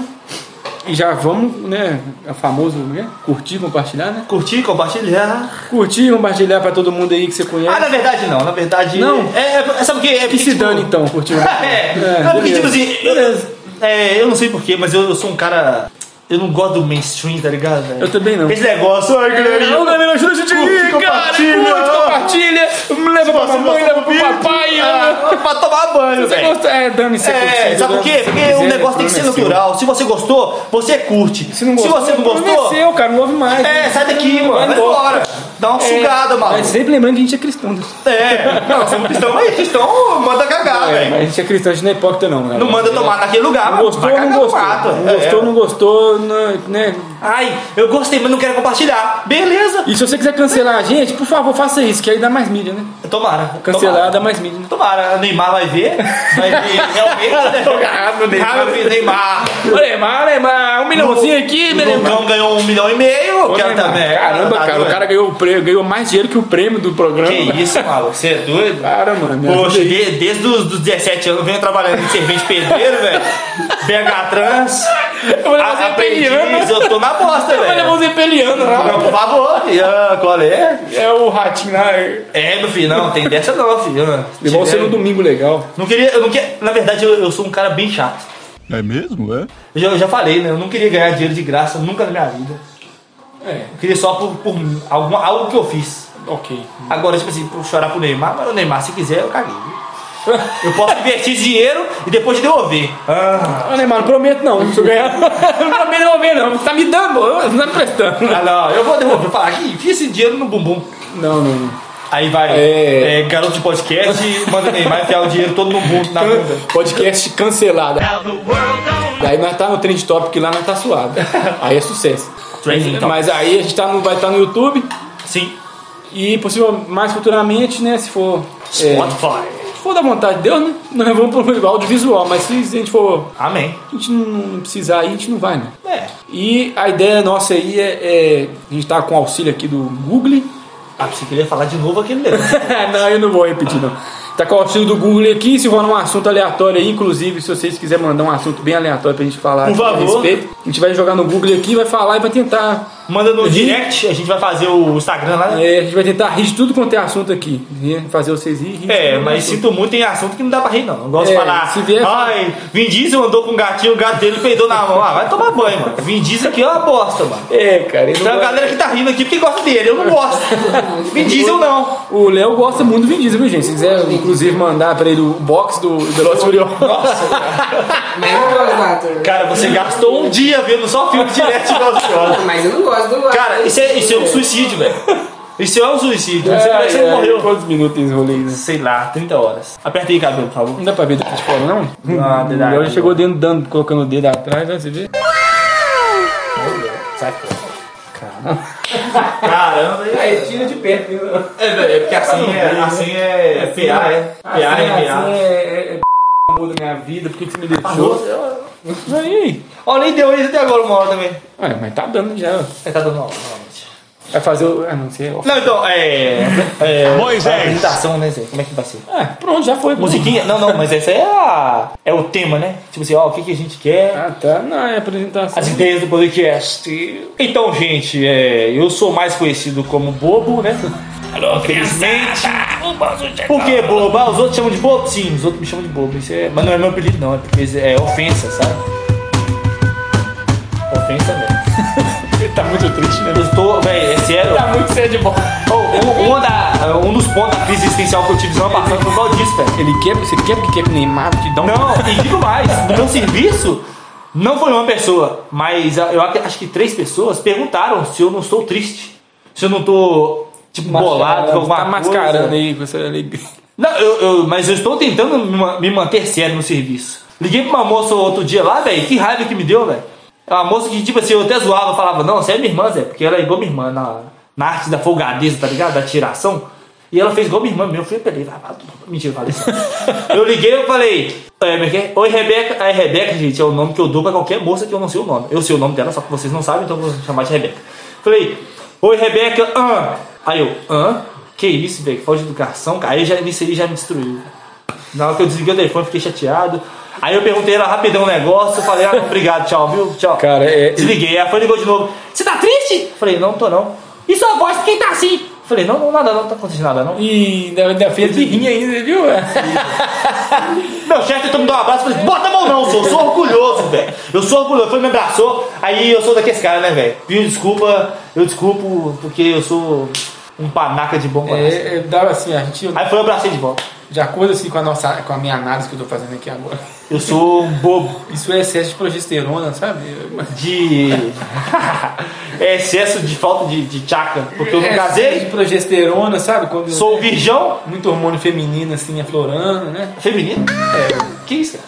[SPEAKER 1] E já vamos, né? É famoso, né? Curtir, compartilhar, né?
[SPEAKER 2] Curtir, compartilhar.
[SPEAKER 1] Curtir, compartilhar pra todo mundo aí que você conhece.
[SPEAKER 2] Ah, na verdade não, na verdade.
[SPEAKER 1] É. Não.
[SPEAKER 2] É, é- sabe o que? É porque,
[SPEAKER 1] que se
[SPEAKER 2] tipo,
[SPEAKER 1] dane então, curtir.
[SPEAKER 2] É, não, porque, tipo assim,
[SPEAKER 1] Beleza.
[SPEAKER 2] É, eu não sei porquê, mas eu, eu sou um cara. Eu não gosto do mainstream, tá ligado? velho?
[SPEAKER 1] Eu também não.
[SPEAKER 2] Esse negócio, é ai, galerinha.
[SPEAKER 1] Não, galera, ajuda a gente aí,
[SPEAKER 2] Curte,
[SPEAKER 1] cara.
[SPEAKER 2] compartilha.
[SPEAKER 1] Curte, compartilha. Leva pra
[SPEAKER 2] Nossa,
[SPEAKER 1] mamãe,
[SPEAKER 2] nossa,
[SPEAKER 1] leva pro
[SPEAKER 2] filho.
[SPEAKER 1] papai. né?
[SPEAKER 2] Ah, pra tomar banho,
[SPEAKER 1] Você
[SPEAKER 2] velho.
[SPEAKER 1] gosta? É, dane né? se
[SPEAKER 2] É, sabe por quê? Porque o negócio tem que ser natural. Se você gostou, você curte.
[SPEAKER 1] Se, não gostou,
[SPEAKER 2] você não gostou,
[SPEAKER 1] Aconteceu, cara, não ouve mais.
[SPEAKER 2] é, sai daqui, mano. Vai embora. Dá uma sugada, mano.
[SPEAKER 1] É. Mas sempre lembrando que a gente é cristão. né?
[SPEAKER 2] É, não, vocês estão aí, vocês estão. Manda cagar,
[SPEAKER 1] É,
[SPEAKER 2] velho.
[SPEAKER 1] mas a gente é cristão, a gente não é hipócrita, não. galera.
[SPEAKER 2] Não manda tomar naquele lugar,
[SPEAKER 1] Não
[SPEAKER 2] mano.
[SPEAKER 1] gostou,
[SPEAKER 2] Vai
[SPEAKER 1] não
[SPEAKER 2] cagar no
[SPEAKER 1] gostou.
[SPEAKER 2] mato.
[SPEAKER 1] Não
[SPEAKER 2] É.
[SPEAKER 1] gostou, não gostou, não- né?
[SPEAKER 2] Ai, eu gostei, mas não quero compartilhar. Beleza.
[SPEAKER 1] E se você quiser cancelar a gente, por favor, faça isso, que aí dá mais mídia, né?
[SPEAKER 2] Tomara.
[SPEAKER 1] Cancelar dá mais mídia. né?
[SPEAKER 2] Tomara, o Neymar vai ver. Vai ver realmente. Jogado, Neymar. Neymar.
[SPEAKER 1] Ô, Neymar, Neymar, um milhãozinho aqui,
[SPEAKER 2] O
[SPEAKER 1] Neymar.
[SPEAKER 2] Dongão ganhou um milhão e meio. Eu
[SPEAKER 1] Ô,
[SPEAKER 2] quero
[SPEAKER 1] Neymar,
[SPEAKER 2] também.
[SPEAKER 1] Caramba, cara,
[SPEAKER 2] Tá
[SPEAKER 1] né, é, o
[SPEAKER 2] doido.
[SPEAKER 1] cara ganhou, o prêmio, ganhou mais dinheiro que o prêmio do programa.
[SPEAKER 2] Que isso, maluco? Você é doido?
[SPEAKER 1] Cara, mano, me
[SPEAKER 2] Poxa,
[SPEAKER 1] ajuda aí.
[SPEAKER 2] de- desde os dos 17 anos eu venho trabalhando de servente pedreiro, velho. BH Trans.
[SPEAKER 1] Eu vou levar
[SPEAKER 2] a-
[SPEAKER 1] você
[SPEAKER 2] Aprendiz,
[SPEAKER 1] peliano.
[SPEAKER 2] eu tô na bosta,
[SPEAKER 1] Eu vou levar né?
[SPEAKER 2] velho.
[SPEAKER 1] você peliano
[SPEAKER 2] Não,
[SPEAKER 1] lá.
[SPEAKER 2] por favor. E, ah, qual é?
[SPEAKER 1] É o ratinho né? lá.
[SPEAKER 2] É, meu filho, não, tem dessa não, filho. Ah, se
[SPEAKER 1] Levar você
[SPEAKER 2] tiver-
[SPEAKER 1] no domingo legal.
[SPEAKER 2] Não queria, eu não queria. Na verdade, eu, eu sou um cara bem chato.
[SPEAKER 6] É mesmo, é?
[SPEAKER 2] Eu já, eu já falei, né? Eu não queria ganhar dinheiro de graça nunca na minha vida.
[SPEAKER 1] É,
[SPEAKER 2] Eu queria só por, por alguma, algo que eu fiz.
[SPEAKER 1] ok.
[SPEAKER 2] Agora, tipo assim, por chorar pro Neymar, mas o Neymar, se quiser, eu caguei. viu? Eu posso investir esse dinheiro e depois te devolver. Ah,
[SPEAKER 1] Ô, Neymar, não prometo não. Se eu ganhar, não prometo devolver não. Você tá me dando, eu- não tá me prestando.
[SPEAKER 2] ah, não, eu vou devolver. Falar aqui, fiz esse dinheiro no bumbum.
[SPEAKER 1] Não, não, não.
[SPEAKER 2] Aí vai,
[SPEAKER 1] É.
[SPEAKER 2] é, garoto de podcast, manda o Neymar enfiar o dinheiro todo no bumbum, na bunda.
[SPEAKER 1] Podcast cancelado. Aí nós tá no Trend Topic lá, nós tá suado. Aí é sucesso.
[SPEAKER 2] Trending Topic.
[SPEAKER 1] Mas aí a gente tá no, vai estar no YouTube
[SPEAKER 2] Sim,
[SPEAKER 1] e possivelmente mais futuramente, né? Se for. É,
[SPEAKER 2] Spotify.
[SPEAKER 1] se for da vontade de Deus, né? Nós vamos pro audiovisual, mas se a gente for.
[SPEAKER 2] Amém.
[SPEAKER 1] A gente não precisar ir, a gente não vai, né?
[SPEAKER 2] É,
[SPEAKER 1] E a ideia nossa aí é. é- a gente tá com o auxílio aqui do Google.
[SPEAKER 2] ah, pensei que ele ia falar de novo aquele negócio.
[SPEAKER 1] não, eu não vou repetir, não. Tá com o auxílio do Google aqui, se for um assunto aleatório aí, inclusive, se vocês quiserem mandar um assunto bem aleatório pra gente falar
[SPEAKER 2] Por
[SPEAKER 1] aqui a
[SPEAKER 2] favor.
[SPEAKER 1] respeito, a gente vai jogar no Google aqui, vai falar e vai tentar.
[SPEAKER 2] Manda no
[SPEAKER 1] Ri.
[SPEAKER 2] direct, a gente vai fazer o Instagram lá. né?
[SPEAKER 1] é, a gente vai tentar rir de tudo quanto é assunto aqui. né? Fazer vocês rir. rir de
[SPEAKER 2] É,
[SPEAKER 1] tudo
[SPEAKER 2] mas
[SPEAKER 1] quanto é assunto.
[SPEAKER 2] sinto muito, tem assunto que não dá pra rir, não. Não gosto
[SPEAKER 1] É,
[SPEAKER 2] de falar.
[SPEAKER 1] se vier-
[SPEAKER 2] Ai, Vin Diesel andou com um gatinho, o gato dele peidou na mão. Ah, vai tomar banho, mano. Vin Diesel aqui é uma bosta, mano.
[SPEAKER 1] É, cara. ele
[SPEAKER 2] Tem uma
[SPEAKER 1] não gosta-
[SPEAKER 2] galera que tá rindo aqui porque gosta dele, eu não gosto. Vin Diesel não.
[SPEAKER 1] O Léo gosta muito do Vin Diesel, viu, gente? Se quiser, inclusive, mandar pra ele o box do Veloz Furioso.
[SPEAKER 5] Mas eu não gosto do ator.
[SPEAKER 2] Cara, você gastou um dia vendo só filme direto de Velozes e Furiosos.
[SPEAKER 5] Não, mas eu não gosto do ator.
[SPEAKER 2] Cara, isso é, isso é um suicídio, velho. Isso é um suicídio. Não sei como é que você
[SPEAKER 1] É, é,
[SPEAKER 2] morreu.
[SPEAKER 1] Quantos minutos esse rolê, né?
[SPEAKER 2] Sei lá, 30 horas. Aperta aí, cabelo, por favor.
[SPEAKER 1] Não dá pra ver daqui de fora, não?
[SPEAKER 2] Não,
[SPEAKER 1] o
[SPEAKER 2] não dá,
[SPEAKER 1] Léo já
[SPEAKER 2] não.
[SPEAKER 1] chegou dentro, dando, colocando o dedo atrás, vai você ver.
[SPEAKER 2] Sai fora. Caramba. Caramba,
[SPEAKER 1] Aí, tira de perto, viu? um
[SPEAKER 2] É, velho, é porque assim é. Assim é. PA, é. PA é
[SPEAKER 1] né? assim,
[SPEAKER 2] PA.
[SPEAKER 1] é, é, é da minha vida, por que que você me deixou? Aí.
[SPEAKER 2] Ó, nem deu isso até agora uma hora também.
[SPEAKER 1] Ué, mas tá dando já. ó.
[SPEAKER 2] É, tá dando uma hora, realmente.
[SPEAKER 1] Vai fazer o. Ah, não sei. ó.
[SPEAKER 2] Não, então, é. é
[SPEAKER 3] Moisés.
[SPEAKER 2] a apresentação, né, Zé? Como é que vai ser?
[SPEAKER 1] Ah, pronto, já foi.
[SPEAKER 2] Musiquinha? Não, não, mas essa é a. É o tema, né? Tipo assim, ó, o que, que a gente quer.
[SPEAKER 1] Ah, tá. Não, é apresentação.
[SPEAKER 2] As ideias do podcast. Então, gente, é, eu sou mais conhecido como Bobo, né? Infelizmente.
[SPEAKER 1] é
[SPEAKER 2] Por que Bobo? Ah, os outros chamam de Bobo? Sim, os outros me chamam de Bobo. Isso é... Mas não é meu apelido, não. É porque é ofensa, sabe? Ofensa mesmo.
[SPEAKER 1] tá muito triste, né?
[SPEAKER 2] Eu tô... Véi, é sério.
[SPEAKER 1] Tá muito sério de bola.
[SPEAKER 2] Oh, um, uma da- um dos pontos da crise existencial que eu tive é semana passada foi por causa disso, velho.
[SPEAKER 1] Ele quer, você quer porque quer pro Neymar te dá um.
[SPEAKER 2] Não, Então, e digo mais, no meu serviço não foi uma pessoa, mas eu ac- acho que três pessoas perguntaram se eu não estou triste, se eu não tô tipo bolado com alguma
[SPEAKER 1] tá
[SPEAKER 2] coisa.
[SPEAKER 1] mascarando aí com essa alegria.
[SPEAKER 2] Não, eu, eu- mas eu estou tentando me ma- me manter sério no serviço. Liguei pra uma moça outro dia lá, velho, que raiva que me deu, velho. É Uma moça que, tipo assim, eu até zoava, eu falava, não, você é minha irmã, Zé, porque ela é igual minha irmã na, na arte da folgadeza, tá ligado? Da tiração. E ela fez igual minha irmã, meu filho, peraí, vai, vai, mentira, eu falei isso. Eu liguei e falei, é, como é que é? Oi, Rebeca. Aí, Rebeca, gente, é o nome que eu dou pra qualquer moça que eu não sei o nome. Eu sei o nome dela, só que vocês não sabem, então eu vou chamar de Rebeca. Falei, oi, Rebeca, ah. Aí eu, ah. Que isso, velho, que falta de educação, cara. Aí já, nisso aí já me destruiu. Na hora que eu desliguei o telefone, fiquei chateado. Aí eu perguntei ela rapidão um negócio, eu falei, ah, não, obrigado, tchau, viu? Tchau.
[SPEAKER 1] Cara, é-
[SPEAKER 2] Desliguei, ela foi e ligou de novo. Você tá triste? Falei, não, tô não. E sua voz, quem tá assim? Falei, não, não, nada, não tá acontecendo nada, não.
[SPEAKER 1] E ainda, ainda fez birrinha ainda, viu?
[SPEAKER 2] Meu chefe tentou me dar um abraço, falei, bota a mão não, senhor, eu sou orgulhoso, velho. Eu sou orgulhoso, foi me abraçou, aí eu sou daqueles caras, né, velho? Pediu desculpa, eu desculpo, porque eu sou um panaca de bom coração.
[SPEAKER 1] É, é, dava assim, a gente,
[SPEAKER 2] Aí foi eu abracei de volta.
[SPEAKER 1] de acordo assim, com, a nossa, com a minha análise que eu tô fazendo aqui agora,
[SPEAKER 2] Eu sou um bobo
[SPEAKER 1] isso é excesso de progesterona, sabe?
[SPEAKER 2] de. é excesso de falta de, de chakra, porque eu não
[SPEAKER 1] Excesso de
[SPEAKER 2] casei,
[SPEAKER 1] progesterona, sabe? Quando
[SPEAKER 2] sou virgão
[SPEAKER 1] muito hormônio feminino assim aflorando, né?
[SPEAKER 2] feminino. É, que isso,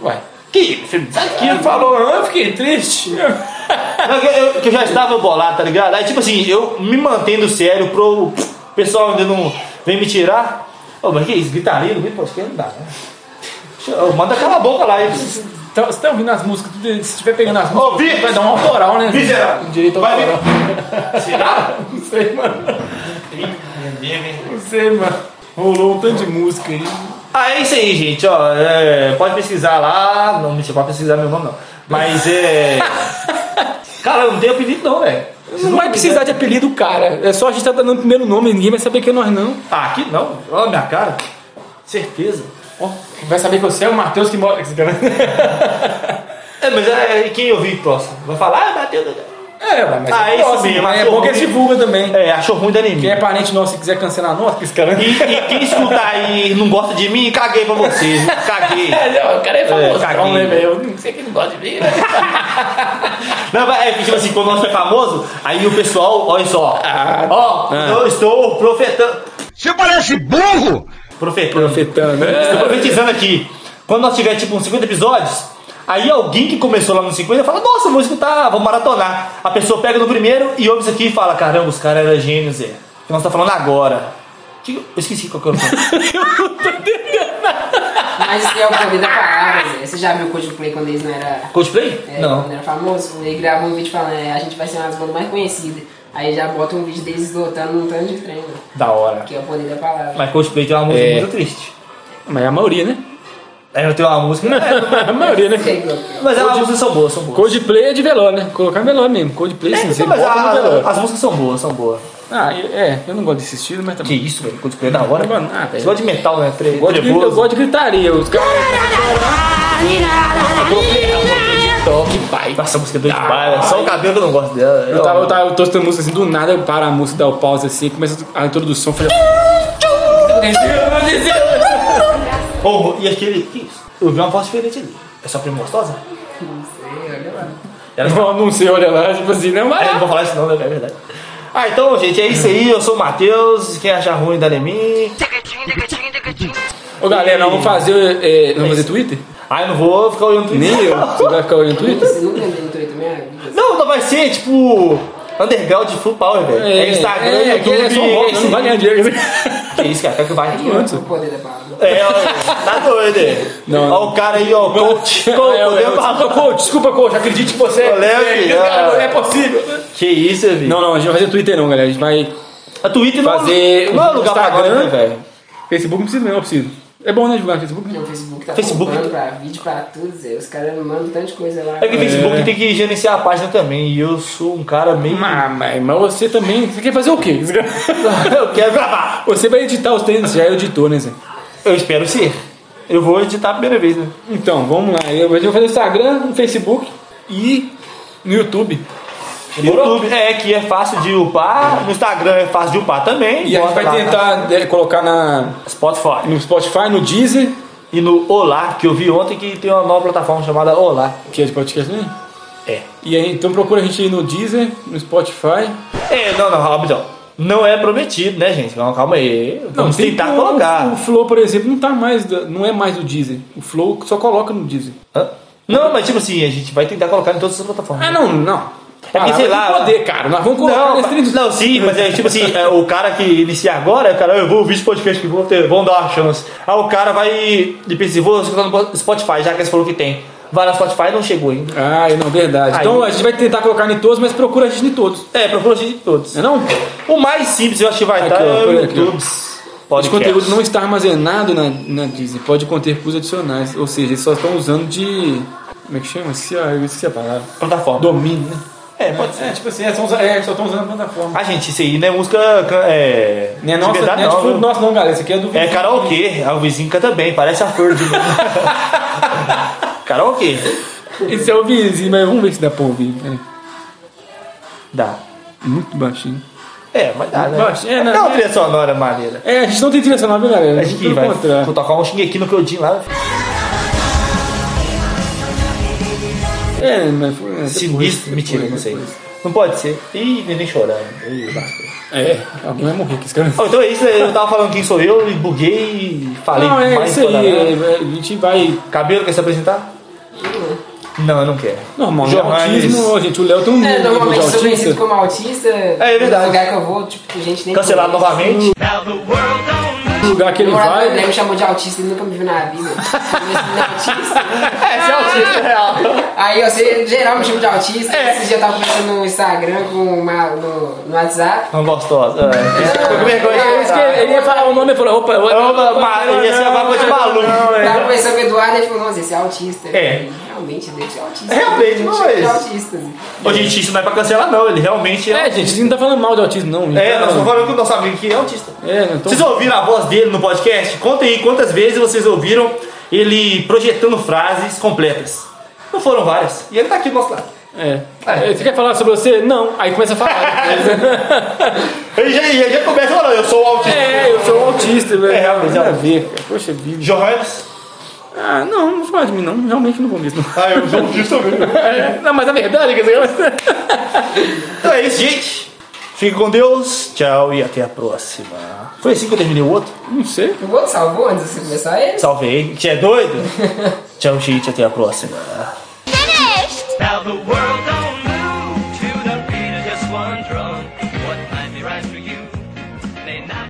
[SPEAKER 2] cara?
[SPEAKER 1] Ué.
[SPEAKER 2] Que feminino? Sabe que
[SPEAKER 1] Ele falou, "Ah, eu fiquei triste.
[SPEAKER 2] Não, que eu, que eu já estava bolado, tá ligado? Aí, tipo assim, eu me mantendo sério pro pessoal ainda não vem me tirar. Ô, mas que isso? Gritaria no meio do podcast não dá, né? Deixa eu- Manda calar a boca lá. aí.
[SPEAKER 1] Então, você tá ouvindo as músicas? tudo, Se estiver pegando as músicas,
[SPEAKER 2] Ô, Vi-
[SPEAKER 1] vai dar um autoral, né?
[SPEAKER 2] Miserável.
[SPEAKER 1] Direito
[SPEAKER 2] Vai,
[SPEAKER 1] autoral.
[SPEAKER 2] Será?
[SPEAKER 1] Não sei, mano. Não sei, mano. Rolou um tanto de música aí.
[SPEAKER 2] Ah, é isso aí, gente, ó. é, pode pesquisar lá. Não, mentira, pode pesquisar meu nome, não. Mas é. Cara, eu não tenho apelido, não, velho.
[SPEAKER 1] Não vai precisar de apelido, cara. É só a gente tá dando o primeiro nome, ninguém vai saber que é nós, não.
[SPEAKER 2] Ah, aqui não. Olha a minha cara. Certeza.
[SPEAKER 1] Ó, vai saber que você é o Matheus que mora.
[SPEAKER 2] É, mas é, é quem eu vi próximo. Vai falar, ah, bateu.
[SPEAKER 1] É, ué, mas
[SPEAKER 2] Ah,
[SPEAKER 1] é,
[SPEAKER 2] isso
[SPEAKER 1] próximo,
[SPEAKER 2] mesmo,
[SPEAKER 1] né? é
[SPEAKER 2] achou
[SPEAKER 1] bom que eles
[SPEAKER 2] ruim.
[SPEAKER 1] divulgam também.
[SPEAKER 2] É, achou ruim da anime.
[SPEAKER 1] Quem é parente nosso e quiser cancelar nós, que esse cara.
[SPEAKER 2] E, e quem escutar aí e não gosta de mim, caguei pra vocês. viu? Caguei.
[SPEAKER 1] o cara é
[SPEAKER 2] famoso,
[SPEAKER 1] caguei.
[SPEAKER 2] né, velho?
[SPEAKER 1] Eu não sei que não gosta de mim, né?
[SPEAKER 2] Não, mas é que tipo assim, quando nós é famoso, aí o pessoal, olha só.
[SPEAKER 1] Ah.
[SPEAKER 2] Ó, eu estou profetando.
[SPEAKER 3] Você parece burro!
[SPEAKER 2] Profetando.
[SPEAKER 1] Fetando, né?
[SPEAKER 2] Estou profetizando aqui. Quando nós tiver tipo uns 50 episódios, aí alguém que começou lá nos 50 fala, nossa, vou escutar, vou maratonar. A pessoa pega no primeiro e ouve isso aqui e fala, caramba, os caras eram gênios, Zé. O que nós tá falando agora? Que- Eu esqueci qual que é eu
[SPEAKER 5] Mas isso é o poder da palavra, Zé. Você já viu o Coldplay quando eles não era,
[SPEAKER 2] Coldplay?
[SPEAKER 5] é,
[SPEAKER 2] Não.
[SPEAKER 5] quando era famoso? Ele gravou um vídeo falando, é, a gente vai ser uma das bandas mais conhecidas. Aí já bota um vídeo deles lotando um tanto de trem, né?
[SPEAKER 2] Da hora.
[SPEAKER 5] que é o poder da palavra.
[SPEAKER 2] Mas Coldplay tem uma música
[SPEAKER 1] É.
[SPEAKER 2] muito triste.
[SPEAKER 1] Mas é a maioria, né?
[SPEAKER 2] É, eu tenho uma música.
[SPEAKER 1] A maioria, né?
[SPEAKER 2] Mas as músicas são boas, são boas.
[SPEAKER 1] Coldplay é de veló, né? Colocar veló mesmo. Coldplay,
[SPEAKER 2] É,
[SPEAKER 1] sim, você
[SPEAKER 2] então, mas
[SPEAKER 1] bota
[SPEAKER 2] a-
[SPEAKER 1] no veló.
[SPEAKER 2] as músicas são boas, são boas.
[SPEAKER 1] Ah, eu- é, eu não gosto desse estilo, mas
[SPEAKER 2] Que
[SPEAKER 1] também.
[SPEAKER 2] isso, velho? Coldplay é da hora.
[SPEAKER 1] Não, não,
[SPEAKER 2] Você gosta de metal, né? Tre-
[SPEAKER 1] Eu gosto, de, eu
[SPEAKER 2] trevoso.
[SPEAKER 1] gosto de gritaria. Os caras. Toque, pai.
[SPEAKER 2] Nossa, a música é doida demais. velho. Só o cabelo que eu não gosto dela.
[SPEAKER 1] Eu tava, eu tava eu tô escutando música assim, do nada eu paro a música, dá o pause assim, começa a introdução, eu falei.
[SPEAKER 2] Oh, e aquele... Que isso? Eu vi uma voz diferente ali. É só prima gostosa?
[SPEAKER 1] Ela não anunciou, "Ah, olha lá, tipo assim, não,
[SPEAKER 2] É, não
[SPEAKER 1] mas.
[SPEAKER 2] vou falar isso não, né? É verdade. Ah, então, gente, é isso aí. Eu sou o Matheus. Quem achar ruim, dá em mim.
[SPEAKER 1] Ô galera, nós vamos fazer. É, vamos fazer
[SPEAKER 2] isso.
[SPEAKER 1] Twitter?
[SPEAKER 2] Ah, eu não vou ficar olhando tudo
[SPEAKER 1] Nem
[SPEAKER 2] isso.
[SPEAKER 1] eu. Você vai ficar olhando Twitter?
[SPEAKER 5] Você nunca entrou no Twitter mesmo?
[SPEAKER 2] Não, não vai ser, tipo... Underground de full power, velho. É, Instagram,
[SPEAKER 1] é,
[SPEAKER 2] YouTube,
[SPEAKER 1] é só
[SPEAKER 2] é
[SPEAKER 1] rock,
[SPEAKER 2] isso
[SPEAKER 1] não vai
[SPEAKER 2] aí.
[SPEAKER 1] ganhar dinheiro. Tá
[SPEAKER 2] Que isso, cara? Quer que vai aqui antes?
[SPEAKER 5] O poder da palavra.
[SPEAKER 2] É, ó, tá doido, hein?
[SPEAKER 1] Não.
[SPEAKER 2] Ó o cara aí, ó, coach, coach,
[SPEAKER 1] É, é,
[SPEAKER 2] deu pra-
[SPEAKER 1] Desculpa, coach, desculpa, coach, acredite que você.
[SPEAKER 2] Ô, Léo,
[SPEAKER 1] é,
[SPEAKER 2] ah.
[SPEAKER 1] cara, não é possível.
[SPEAKER 2] Que isso, velho?
[SPEAKER 1] Não, não, a gente não vai fazer Twitter não, galera. A gente vai
[SPEAKER 2] A Twitter não,
[SPEAKER 1] fazer
[SPEAKER 2] não é
[SPEAKER 1] um
[SPEAKER 2] lugar pra
[SPEAKER 1] Instagram.
[SPEAKER 2] nós, né, velho?
[SPEAKER 1] Facebook não precisa, não, eu preciso. É bom, né, divulgar no Facebook?
[SPEAKER 5] O Facebook tá
[SPEAKER 2] Facebook.
[SPEAKER 5] bombando pra vídeo, pra tudo, Zé. Os caras mandam um tanto de coisa lá.
[SPEAKER 2] É que o Facebook tem que gerenciar a página também, e eu sou um cara meio...
[SPEAKER 1] Mas, mas, mas você também. Você quer fazer o quê?
[SPEAKER 2] eu quero gravar.
[SPEAKER 1] Você vai editar os treinos, já é editor, né, Zé?
[SPEAKER 2] Eu espero ser. Eu vou editar a primeira vez, né?
[SPEAKER 1] Então, vamos lá. Eu vou fazer Instagram, no Facebook e no YouTube.
[SPEAKER 2] YouTube é que é fácil de upar, no Instagram é fácil de upar também.
[SPEAKER 1] E a gente
[SPEAKER 2] bota
[SPEAKER 1] vai
[SPEAKER 2] lá tá?
[SPEAKER 1] tentar é, colocar na,
[SPEAKER 2] na Spotify.
[SPEAKER 1] no Spotify, no Deezer,
[SPEAKER 2] E no Olá, que eu vi ontem que tem uma nova plataforma chamada Olá.
[SPEAKER 1] que é de podcast, né?
[SPEAKER 2] É.
[SPEAKER 1] E aí, então procura a gente aí no Deezer, no Spotify.
[SPEAKER 2] É, não, não, rapidão. Não é prometido, né, gente? Calma, calma aí. Vamos
[SPEAKER 1] tem
[SPEAKER 2] tentar
[SPEAKER 1] que- O
[SPEAKER 2] colocar.
[SPEAKER 1] Flow, por exemplo, não tá mais, da- não é mais o Deezer. O Flow só coloca no Deezer.
[SPEAKER 2] Hã? Não, mas tipo assim, a gente vai tentar colocar em todas as plataformas.
[SPEAKER 1] Ah, não, não.
[SPEAKER 2] É porque,
[SPEAKER 1] Ah,
[SPEAKER 2] sei
[SPEAKER 1] vai
[SPEAKER 2] lá,
[SPEAKER 1] poder, cara. Nós vamos colocar
[SPEAKER 2] Não,
[SPEAKER 1] nesse trem
[SPEAKER 2] mas-
[SPEAKER 1] do-
[SPEAKER 2] não, sim, mas é tipo assim, é, o cara que inicia agora, o cara, eu vou ouvir esse podcast que vão, ter, vão dar uma chance. Aí o cara vai e pensa, vou escutar no Spotify, já que você falou que tem. Vai na Spotify e não chegou ainda.
[SPEAKER 1] Ah, não, verdade.
[SPEAKER 2] Aí.
[SPEAKER 1] Então a gente vai tentar colocar em todos, mas procura a gente em todos.
[SPEAKER 2] É, procura a gente de todos.
[SPEAKER 1] Não é não?
[SPEAKER 2] O mais simples eu acho que vai
[SPEAKER 1] Aqui,
[SPEAKER 2] estar
[SPEAKER 1] ó,
[SPEAKER 2] é
[SPEAKER 1] por
[SPEAKER 2] o
[SPEAKER 1] aqui,
[SPEAKER 2] YouTube.
[SPEAKER 1] Esse
[SPEAKER 2] podcast.
[SPEAKER 1] conteúdo não está armazenado na, na Disney, pode conter custos adicionais, ou seja, eles só estão usando de. Como é que chama? Se a, eu esqueci a palavra.
[SPEAKER 2] Plataforma.
[SPEAKER 1] Domínio, né?
[SPEAKER 2] É, pode ser.
[SPEAKER 1] É, tipo assim, é, só usa- é, só estão usando a plataforma.
[SPEAKER 2] Ah, gente, isso aí não é música. É.
[SPEAKER 1] Não é nossa, não
[SPEAKER 2] verdade,
[SPEAKER 1] é de
[SPEAKER 2] não,
[SPEAKER 1] fundo
[SPEAKER 2] viu?
[SPEAKER 1] nosso não, galera. Isso aqui é do
[SPEAKER 2] É
[SPEAKER 1] vizinho.
[SPEAKER 2] karaokê. Ah, o vizinho canta bem, parece a flor de novo. Karaokê.
[SPEAKER 1] Esse é o vizinho, mas vamos ver se dá pra ouvir. peraí.
[SPEAKER 2] Dá.
[SPEAKER 1] Muito baixinho.
[SPEAKER 2] É, mas dá, né?
[SPEAKER 1] Baixo. É, não,
[SPEAKER 2] Dá uma
[SPEAKER 1] é.
[SPEAKER 2] trilha sonora maneira.
[SPEAKER 1] É, a gente não tem trilha sonora, viu, galera?
[SPEAKER 2] Acho que
[SPEAKER 1] né? Pelo
[SPEAKER 2] vai.
[SPEAKER 1] contrário.
[SPEAKER 2] Vou tocar um xinguequinho no Claudinho lá.
[SPEAKER 1] É, mas foi. é,
[SPEAKER 2] Sinistro.
[SPEAKER 1] depois,
[SPEAKER 2] Mentira,
[SPEAKER 1] depois,
[SPEAKER 2] não sei.
[SPEAKER 1] depois.
[SPEAKER 2] Não pode ser. Ih, neném chorando. Ih, basta.
[SPEAKER 1] É, alguém vai morrer, que esse cara.
[SPEAKER 2] Bom, então é isso, eu tava falando quem sou eu e buguei e falei
[SPEAKER 1] Não, é
[SPEAKER 2] mais né?
[SPEAKER 1] isso
[SPEAKER 2] toda
[SPEAKER 1] aí.
[SPEAKER 2] hora.
[SPEAKER 1] é, A gente vai.
[SPEAKER 2] Cabelo, quer se apresentar? Não, eu não quero.
[SPEAKER 1] Normal, né?
[SPEAKER 2] Johannes.
[SPEAKER 1] Autismo, gente, o Léo tem um
[SPEAKER 5] É,
[SPEAKER 1] nível de
[SPEAKER 5] normalmente sou
[SPEAKER 1] autista.
[SPEAKER 5] conhecido como autista. É,
[SPEAKER 2] verdade.
[SPEAKER 5] No lugar que eu vou, tipo, gente nem.
[SPEAKER 2] Cancelado
[SPEAKER 5] conhece.
[SPEAKER 2] novamente.
[SPEAKER 1] O lugar que ele
[SPEAKER 5] Meu namorado
[SPEAKER 1] vai.
[SPEAKER 5] né, me chamou de autista, ele nunca me viu na vida. Mas autista.
[SPEAKER 2] É, você é autista real.
[SPEAKER 5] Aí eu sei, geral me chama de autista.
[SPEAKER 1] É.
[SPEAKER 5] Esse dia eu tava conversando no Instagram com uma, no, no WhatsApp.
[SPEAKER 2] Não gostosa. É. Tô com vergonha de
[SPEAKER 1] É isso que
[SPEAKER 2] pensar.
[SPEAKER 1] ele ia falar o nome e falou: opa, opa,
[SPEAKER 2] Opa, ma- ia ser é a barba de maluco.
[SPEAKER 1] é.
[SPEAKER 5] Tava conversando com o Eduardo e ele falou, nossa, esse é autista.
[SPEAKER 2] É.
[SPEAKER 5] Realmente, ele é autista.
[SPEAKER 2] Realmente,
[SPEAKER 5] Ele chama de
[SPEAKER 2] mas-
[SPEAKER 5] autista. né?
[SPEAKER 2] Ô, gente, isso não é pra cancelar, não. Ele realmente é.
[SPEAKER 1] É, gente, você não tá falando mal de autismo, não. gente.
[SPEAKER 2] É, nós estamos falando com o nosso amigo que é autista.
[SPEAKER 1] É, não tô.
[SPEAKER 2] Vocês ouviram a voz dele no podcast? Conta aí quantas vezes vocês ouviram ele projetando frases completas. Não foram várias. E ele tá aqui do nosso lado.
[SPEAKER 1] É. É, Você quer falar sobre você? Não. Aí começa a falar.
[SPEAKER 2] Ele já, ele já começa falando, eu sou autista.
[SPEAKER 1] é, eu sou um autista, velho.
[SPEAKER 2] É, realmente,
[SPEAKER 1] Nada a
[SPEAKER 2] realmente.
[SPEAKER 1] ver, cara. Poxa vida.
[SPEAKER 2] Johannes.
[SPEAKER 1] Ah, não, não vou falar de mim, não. Realmente não vou mesmo.
[SPEAKER 2] Ah, eu sou autista mesmo.
[SPEAKER 1] É, não, mas a verdade é que
[SPEAKER 2] Então é isso, gente. Fique com Deus. Tchau e até a próxima. Foi assim que eu terminei o outro?
[SPEAKER 1] Não sei.
[SPEAKER 5] O outro salvou antes de você começar ele?
[SPEAKER 2] Salvei. Você é doido? Tchau, gente. Até a próxima.
[SPEAKER 7] Finished!
[SPEAKER 8] Now the world